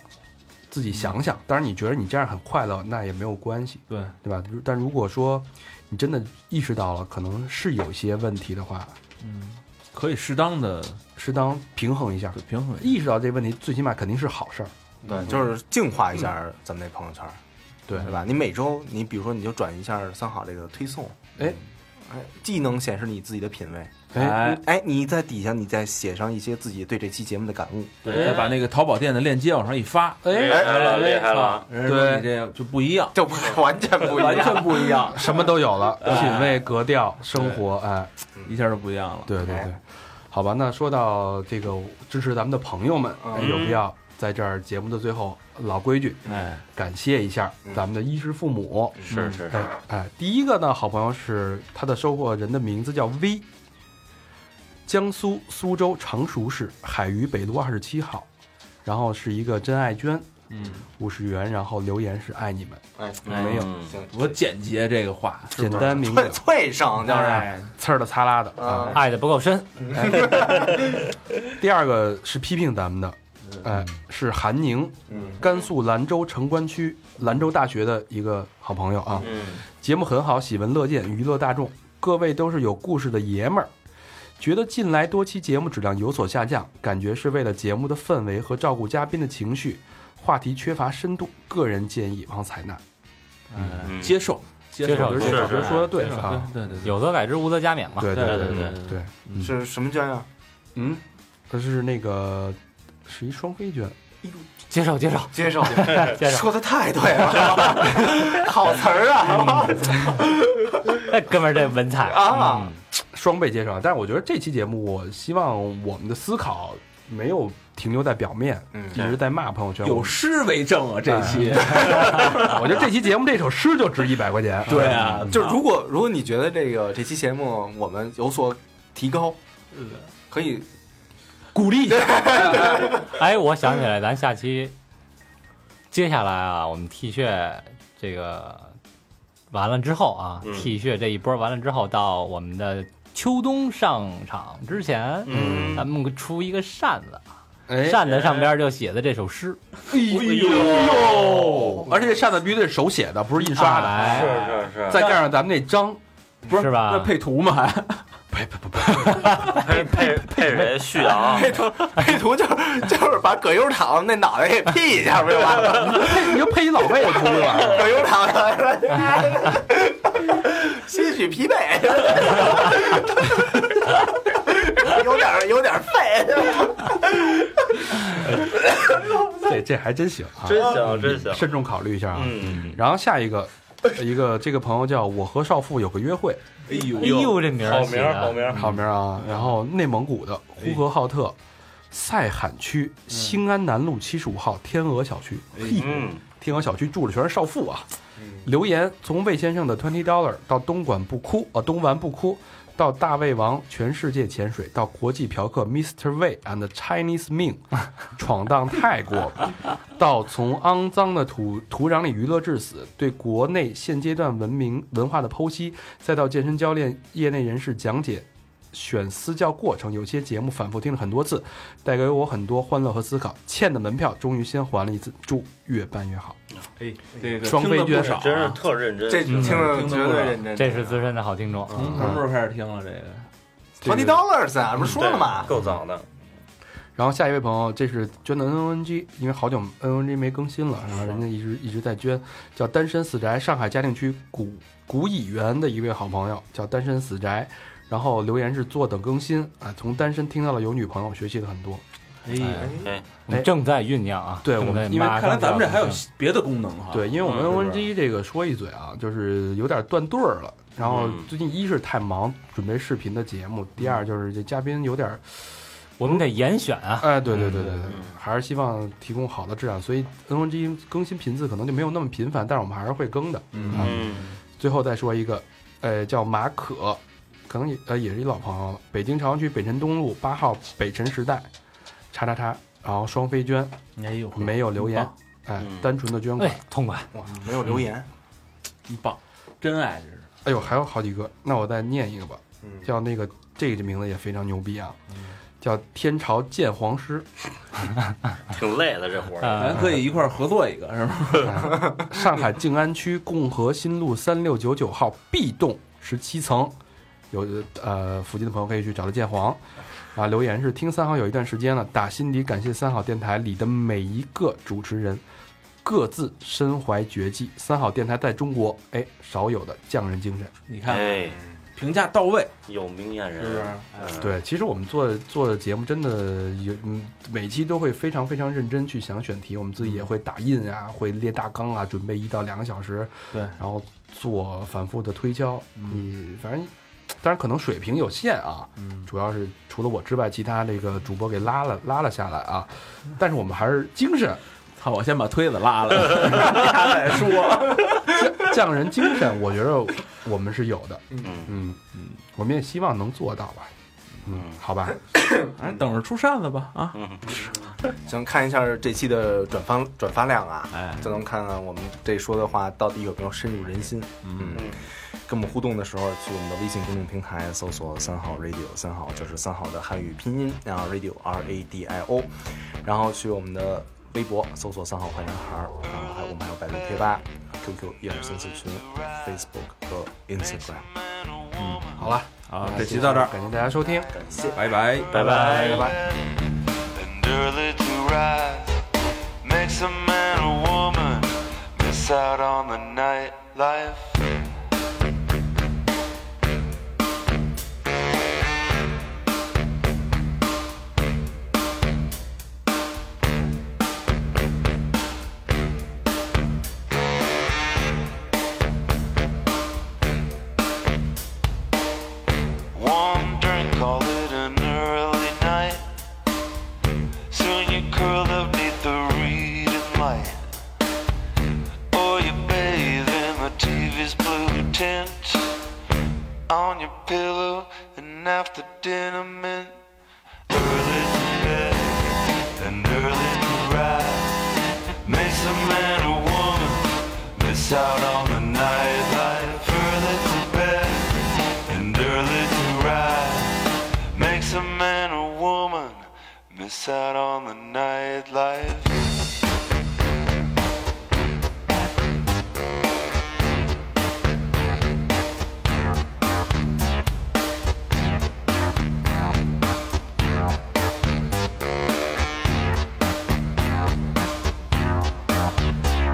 [SPEAKER 2] 自
[SPEAKER 5] 嗯
[SPEAKER 2] 己想想。当然，你觉得你这样很快乐，那也没有关系。
[SPEAKER 5] 对，
[SPEAKER 2] 对吧？如但如果说你真的意识到了可能是有些问题的话，
[SPEAKER 5] 嗯，可以适当的
[SPEAKER 2] 适当平衡一下
[SPEAKER 5] 对，平衡一下，
[SPEAKER 2] 意识到这问题，最起码肯定是好事儿。
[SPEAKER 4] 对，就是净化一下咱们那朋友圈，
[SPEAKER 2] 嗯对
[SPEAKER 4] 对吧？你每周你比如说你就转一下三好这个推送，
[SPEAKER 2] 哎
[SPEAKER 4] 哎，既能显示你自己的品味，
[SPEAKER 5] 哎，
[SPEAKER 4] 哎，你在底下你再写上一些自己对这期节目的感悟，
[SPEAKER 5] 再把那个淘宝店的链接往上一发，啊
[SPEAKER 3] 厉害了哎厉害了，
[SPEAKER 5] 人家说你这就不一样，
[SPEAKER 4] 就不完全不一
[SPEAKER 5] 完
[SPEAKER 4] *laughs* 样。
[SPEAKER 5] 全不一 *laughs* 样，
[SPEAKER 2] 什么都有了，
[SPEAKER 5] 哎
[SPEAKER 2] 品味、格调、生活，哎，
[SPEAKER 5] 一下就不一样了。
[SPEAKER 2] 对对对
[SPEAKER 4] 哎，
[SPEAKER 2] 好吧。那说到这个支持咱们的朋友们，哎
[SPEAKER 4] 嗯
[SPEAKER 2] 有必要在这儿节目的最后，老规矩，
[SPEAKER 5] 哎，
[SPEAKER 2] 感谢一下咱们的衣食父母，
[SPEAKER 3] 是
[SPEAKER 4] 嗯
[SPEAKER 3] 是
[SPEAKER 2] 哎
[SPEAKER 3] 是，
[SPEAKER 2] 哎，第一个呢，好朋友是他的收货人的名字叫 V，江苏苏州常熟市海虞北路二十七号，然后是一个真爱娟
[SPEAKER 5] 嗯，
[SPEAKER 2] 五十元，然后留言是爱你们，
[SPEAKER 4] 哎，
[SPEAKER 2] 没有
[SPEAKER 3] 嗯
[SPEAKER 4] 行，
[SPEAKER 5] 多简洁这个话，
[SPEAKER 2] 简单明
[SPEAKER 4] 脆
[SPEAKER 2] 了，
[SPEAKER 4] 脆声就是，
[SPEAKER 5] 哎
[SPEAKER 2] 刺儿的擦啦的啊。
[SPEAKER 4] 啊，
[SPEAKER 6] 爱的不够深，
[SPEAKER 2] 第二个是批评咱们的，哎，是韩宁，
[SPEAKER 4] 嗯，
[SPEAKER 2] 甘肃兰州城关区兰州大学的一个好朋友啊。
[SPEAKER 3] 嗯
[SPEAKER 2] 节目很好，喜闻乐见，娱乐大众。各位都是有故事的爷们儿，觉得近来多期节目质量有所下降，感觉是为了节目的氛围和照顾嘉宾的情绪，话题缺乏深度。个人建议望采纳。
[SPEAKER 5] 哎，接受，接
[SPEAKER 6] 受
[SPEAKER 2] 我觉得
[SPEAKER 6] 是是
[SPEAKER 2] 我觉得说的对
[SPEAKER 5] 对
[SPEAKER 2] 啊，
[SPEAKER 5] 对对对，
[SPEAKER 6] 有则改之，无则加勉嘛。
[SPEAKER 2] 对
[SPEAKER 5] 对
[SPEAKER 2] 对
[SPEAKER 5] 对
[SPEAKER 2] 对
[SPEAKER 5] 对
[SPEAKER 2] 对，
[SPEAKER 4] 是什么捐啊？
[SPEAKER 2] 嗯，可是那个是一双飞娟，
[SPEAKER 6] 接受接 *laughs* 受，
[SPEAKER 4] 接受，
[SPEAKER 6] 接受
[SPEAKER 4] 说的太对了， *laughs* 好词儿啊！
[SPEAKER 6] 那哎哥们儿这文采
[SPEAKER 4] 啊，
[SPEAKER 6] 嗯
[SPEAKER 2] 双倍接受。啊但是我觉得这期节目，我希望我们的思考没有停留在表面，
[SPEAKER 4] 嗯
[SPEAKER 2] 一直在骂朋友圈。
[SPEAKER 5] 有诗为证啊，
[SPEAKER 2] 哎
[SPEAKER 5] 这期，
[SPEAKER 2] *laughs* 我觉得这期节目这首诗就值一百块钱。
[SPEAKER 5] 对啊，
[SPEAKER 4] 就是如果如果你觉得这个这期节目我们有所提高，可以
[SPEAKER 2] 鼓励一下。
[SPEAKER 6] 哎，我想起来，咱下期接下来啊，我们 T 恤这个完了之后啊、
[SPEAKER 3] 嗯
[SPEAKER 6] t 恤这一波完了之后，到我们的秋冬上场之前，
[SPEAKER 3] 嗯
[SPEAKER 6] 咱们出一个扇子啊，
[SPEAKER 2] 哎
[SPEAKER 6] 扇子上边就写的这首诗，
[SPEAKER 2] 哎呦，而且这扇子必须得手写的，不是印刷的。
[SPEAKER 3] 是
[SPEAKER 6] 哎，
[SPEAKER 3] 是是，
[SPEAKER 2] 再加上咱们那章，不
[SPEAKER 6] 是吧
[SPEAKER 2] 那配图嘛，还
[SPEAKER 3] 配配配啊谁？旭阳，
[SPEAKER 4] 配图就是就是把葛优躺那脑袋给 P 一下，不就完了？
[SPEAKER 2] 你就 *laughs* 配一老魏的图了。 *laughs*
[SPEAKER 4] 葛优躺 *laughs* 的，些许疲惫，有点有点废。
[SPEAKER 2] 这这还真行啊，
[SPEAKER 3] *laughs* 真行真行，
[SPEAKER 2] 慎重考虑一下啊。
[SPEAKER 3] 嗯，
[SPEAKER 2] 然后下一个，一个这个朋友叫我和少妇有个约会，
[SPEAKER 5] 哎呦
[SPEAKER 6] 哎呦，这名
[SPEAKER 3] 好
[SPEAKER 6] 儿起
[SPEAKER 3] 名儿好
[SPEAKER 6] 的，
[SPEAKER 3] 名儿，
[SPEAKER 2] 好名儿啊。然后内蒙古的呼和浩特赛罕区兴安南路七十五号天鹅小区，嘿，
[SPEAKER 3] 嗯，
[SPEAKER 2] 天鹅小区住的全是少妇啊。留言从魏先生的 Twenty Dollar 到东莞不哭，呃，东莞不哭，到大胃王全世界潜水，到国际嫖客 Mr. Wei and Chinese Ming，闯 *laughs* 荡泰国，到从肮脏的土土壤里娱乐至死，对国内现阶段文明文化的剖析，再到健身教练、业内人士讲解。选私教过程，有些节目反复听了很多次，带给我很多欢乐和思考。欠的门票终于先还了一次，祝越办越好。
[SPEAKER 5] 哎，这个
[SPEAKER 2] 双飞
[SPEAKER 5] 听得不
[SPEAKER 2] 娟
[SPEAKER 5] 少啊，
[SPEAKER 3] 嗯真是特认真，
[SPEAKER 4] 这听着绝对认真。
[SPEAKER 6] 这是资深的好听众。啊
[SPEAKER 5] 从什么时候开始听了这个？
[SPEAKER 4] Twenty Dollars 啊，
[SPEAKER 3] 嗯
[SPEAKER 4] 不是说了吗
[SPEAKER 3] 对？够早的，
[SPEAKER 2] 然后下一位朋友，这是捐的 NNG，因为好久 NNG 没更新了，然后人家一直一直在捐，叫单身死宅，上海嘉定区古古乙园的一位好朋友，叫单身死宅。然后留言是坐等更新啊，从单身听到了有女朋友，学习了很多。
[SPEAKER 5] 哎
[SPEAKER 6] 哎
[SPEAKER 3] 哎，
[SPEAKER 6] 我们正在酝酿啊，
[SPEAKER 2] 对我们
[SPEAKER 6] 正在
[SPEAKER 2] 因为
[SPEAKER 6] 马
[SPEAKER 5] 看来
[SPEAKER 6] 上就
[SPEAKER 5] 咱
[SPEAKER 6] 要
[SPEAKER 5] 们这还有
[SPEAKER 6] 进行
[SPEAKER 5] 别的功能哈。
[SPEAKER 2] 对，因为我们
[SPEAKER 5] 嗯
[SPEAKER 2] NNG 这个说一嘴啊，就是有点断对儿了。然后
[SPEAKER 3] 嗯
[SPEAKER 2] 最近一是太忙准备视频的节目，第二就是这嘉宾有点儿
[SPEAKER 6] 我们得严选啊，
[SPEAKER 2] *laughs* 哎，对对对对对，还是希望提供好的质量，所以 NOG 更新频次可能就没有那么频繁，但是我们还是会更的。
[SPEAKER 5] 嗯，
[SPEAKER 3] 嗯，
[SPEAKER 2] 最后再说一个，呃，叫马可，可能也呃也是一老朋友了，北京朝阳区北辰东路八号北辰时代，叉叉叉，然后双飞捐，
[SPEAKER 5] 哎呦，
[SPEAKER 2] 没有留言
[SPEAKER 5] 很，
[SPEAKER 2] 哎
[SPEAKER 3] 嗯，
[SPEAKER 2] 单纯的捐款
[SPEAKER 6] 哎，，痛快，
[SPEAKER 4] 哇，没有留言。
[SPEAKER 5] 很棒，真爱这是。
[SPEAKER 2] 哎呦，还有好几个，那我再念一个吧，叫那个这个名字也非常牛逼啊，叫天朝鉴黄师，
[SPEAKER 3] 挺累的这活儿，
[SPEAKER 5] 咱
[SPEAKER 6] 呃，
[SPEAKER 5] 可以一块儿合作一个，是吗？
[SPEAKER 2] *laughs* 上海静安区共和新路三六九九号 B 栋十七层，有呃附近的朋友可以去找他见黄。啊，留言是听三好有一段时间了，打心底感谢三好电台里的每一个主持人，各自身怀绝技。三好电台在中国，哎，少有的匠人精神。
[SPEAKER 5] 你看，
[SPEAKER 3] 哎，
[SPEAKER 5] 评价到位，
[SPEAKER 3] 有明眼
[SPEAKER 5] 是不是
[SPEAKER 3] 人，？嗯，
[SPEAKER 2] 对，其实我们做做的节目真的有，嗯每期都会非常非常认真去想选题，我们自
[SPEAKER 5] 嗯
[SPEAKER 2] 己也会打印啊，会列大纲啊，准备一到两个小时，
[SPEAKER 5] 对
[SPEAKER 2] 然后做反复的推敲。你反正，当然可能水平有限啊，
[SPEAKER 5] 嗯，
[SPEAKER 2] 主要是除了我之外，其他这个主播给拉了拉了下来啊，但是我们还是精神
[SPEAKER 5] 操，我先把推子拉了， *laughs* 他再说。
[SPEAKER 2] 匠人精神，我觉得我们是有的，
[SPEAKER 3] 嗯
[SPEAKER 2] 嗯嗯，我们也希望能做到吧，嗯，好吧，
[SPEAKER 5] *laughs* 哎，等着出扇子吧啊！
[SPEAKER 3] 嗯，
[SPEAKER 4] 行，看一下这期的转发转发量啊，
[SPEAKER 5] 哎
[SPEAKER 4] 就能看看我们这说的话到底有没有深入人心。嗯，跟我们互动的时候，去我们的微信公众平台搜索“三号 radio”，三号就是三号的汉语拼音，然后 radio r a d i o，然后去我们的微博搜索“三号坏男孩”，然后还有我们还有百度贴吧、QQ 一二三四群、Facebook 和 Instagram。
[SPEAKER 2] 好了，
[SPEAKER 5] 好，这期到这儿，
[SPEAKER 2] 感谢大家收听。
[SPEAKER 4] 感谢。
[SPEAKER 5] 拜拜。
[SPEAKER 3] 拜拜。
[SPEAKER 7] and early to rise makes a man a woman miss out on the night life One drink, call it an early night. Soon you curl up neath the reading light. Oh, Or you bathe in the TV's blue tint. On your pillow and after dinner mint. Early to bed and early to rise. Makes a man a woman. Miss out on the night life. Early to bed and early to rise. Makes a man a woman Miss out on the nightlife.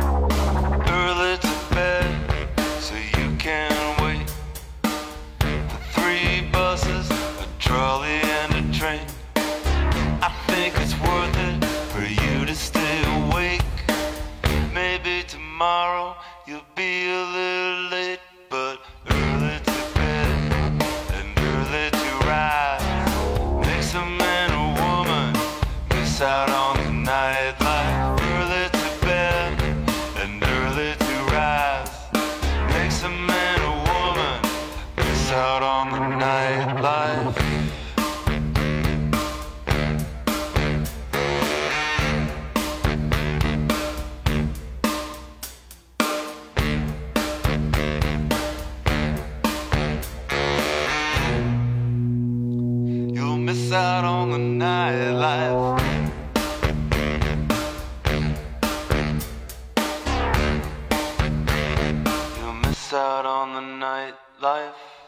[SPEAKER 7] Early to bed, so you can wait. The three buses, a trolley, and a train. I think it's worth it for you to stay awake. Maybe tomorrow you'll be a little late, but early to bed and early to rise makes a man or woman miss out on the nightlife. Early to bed and early to rise makes a man or woman miss out on the nightlife. You'll miss out on the nightlife. You'll miss out on the nightlife.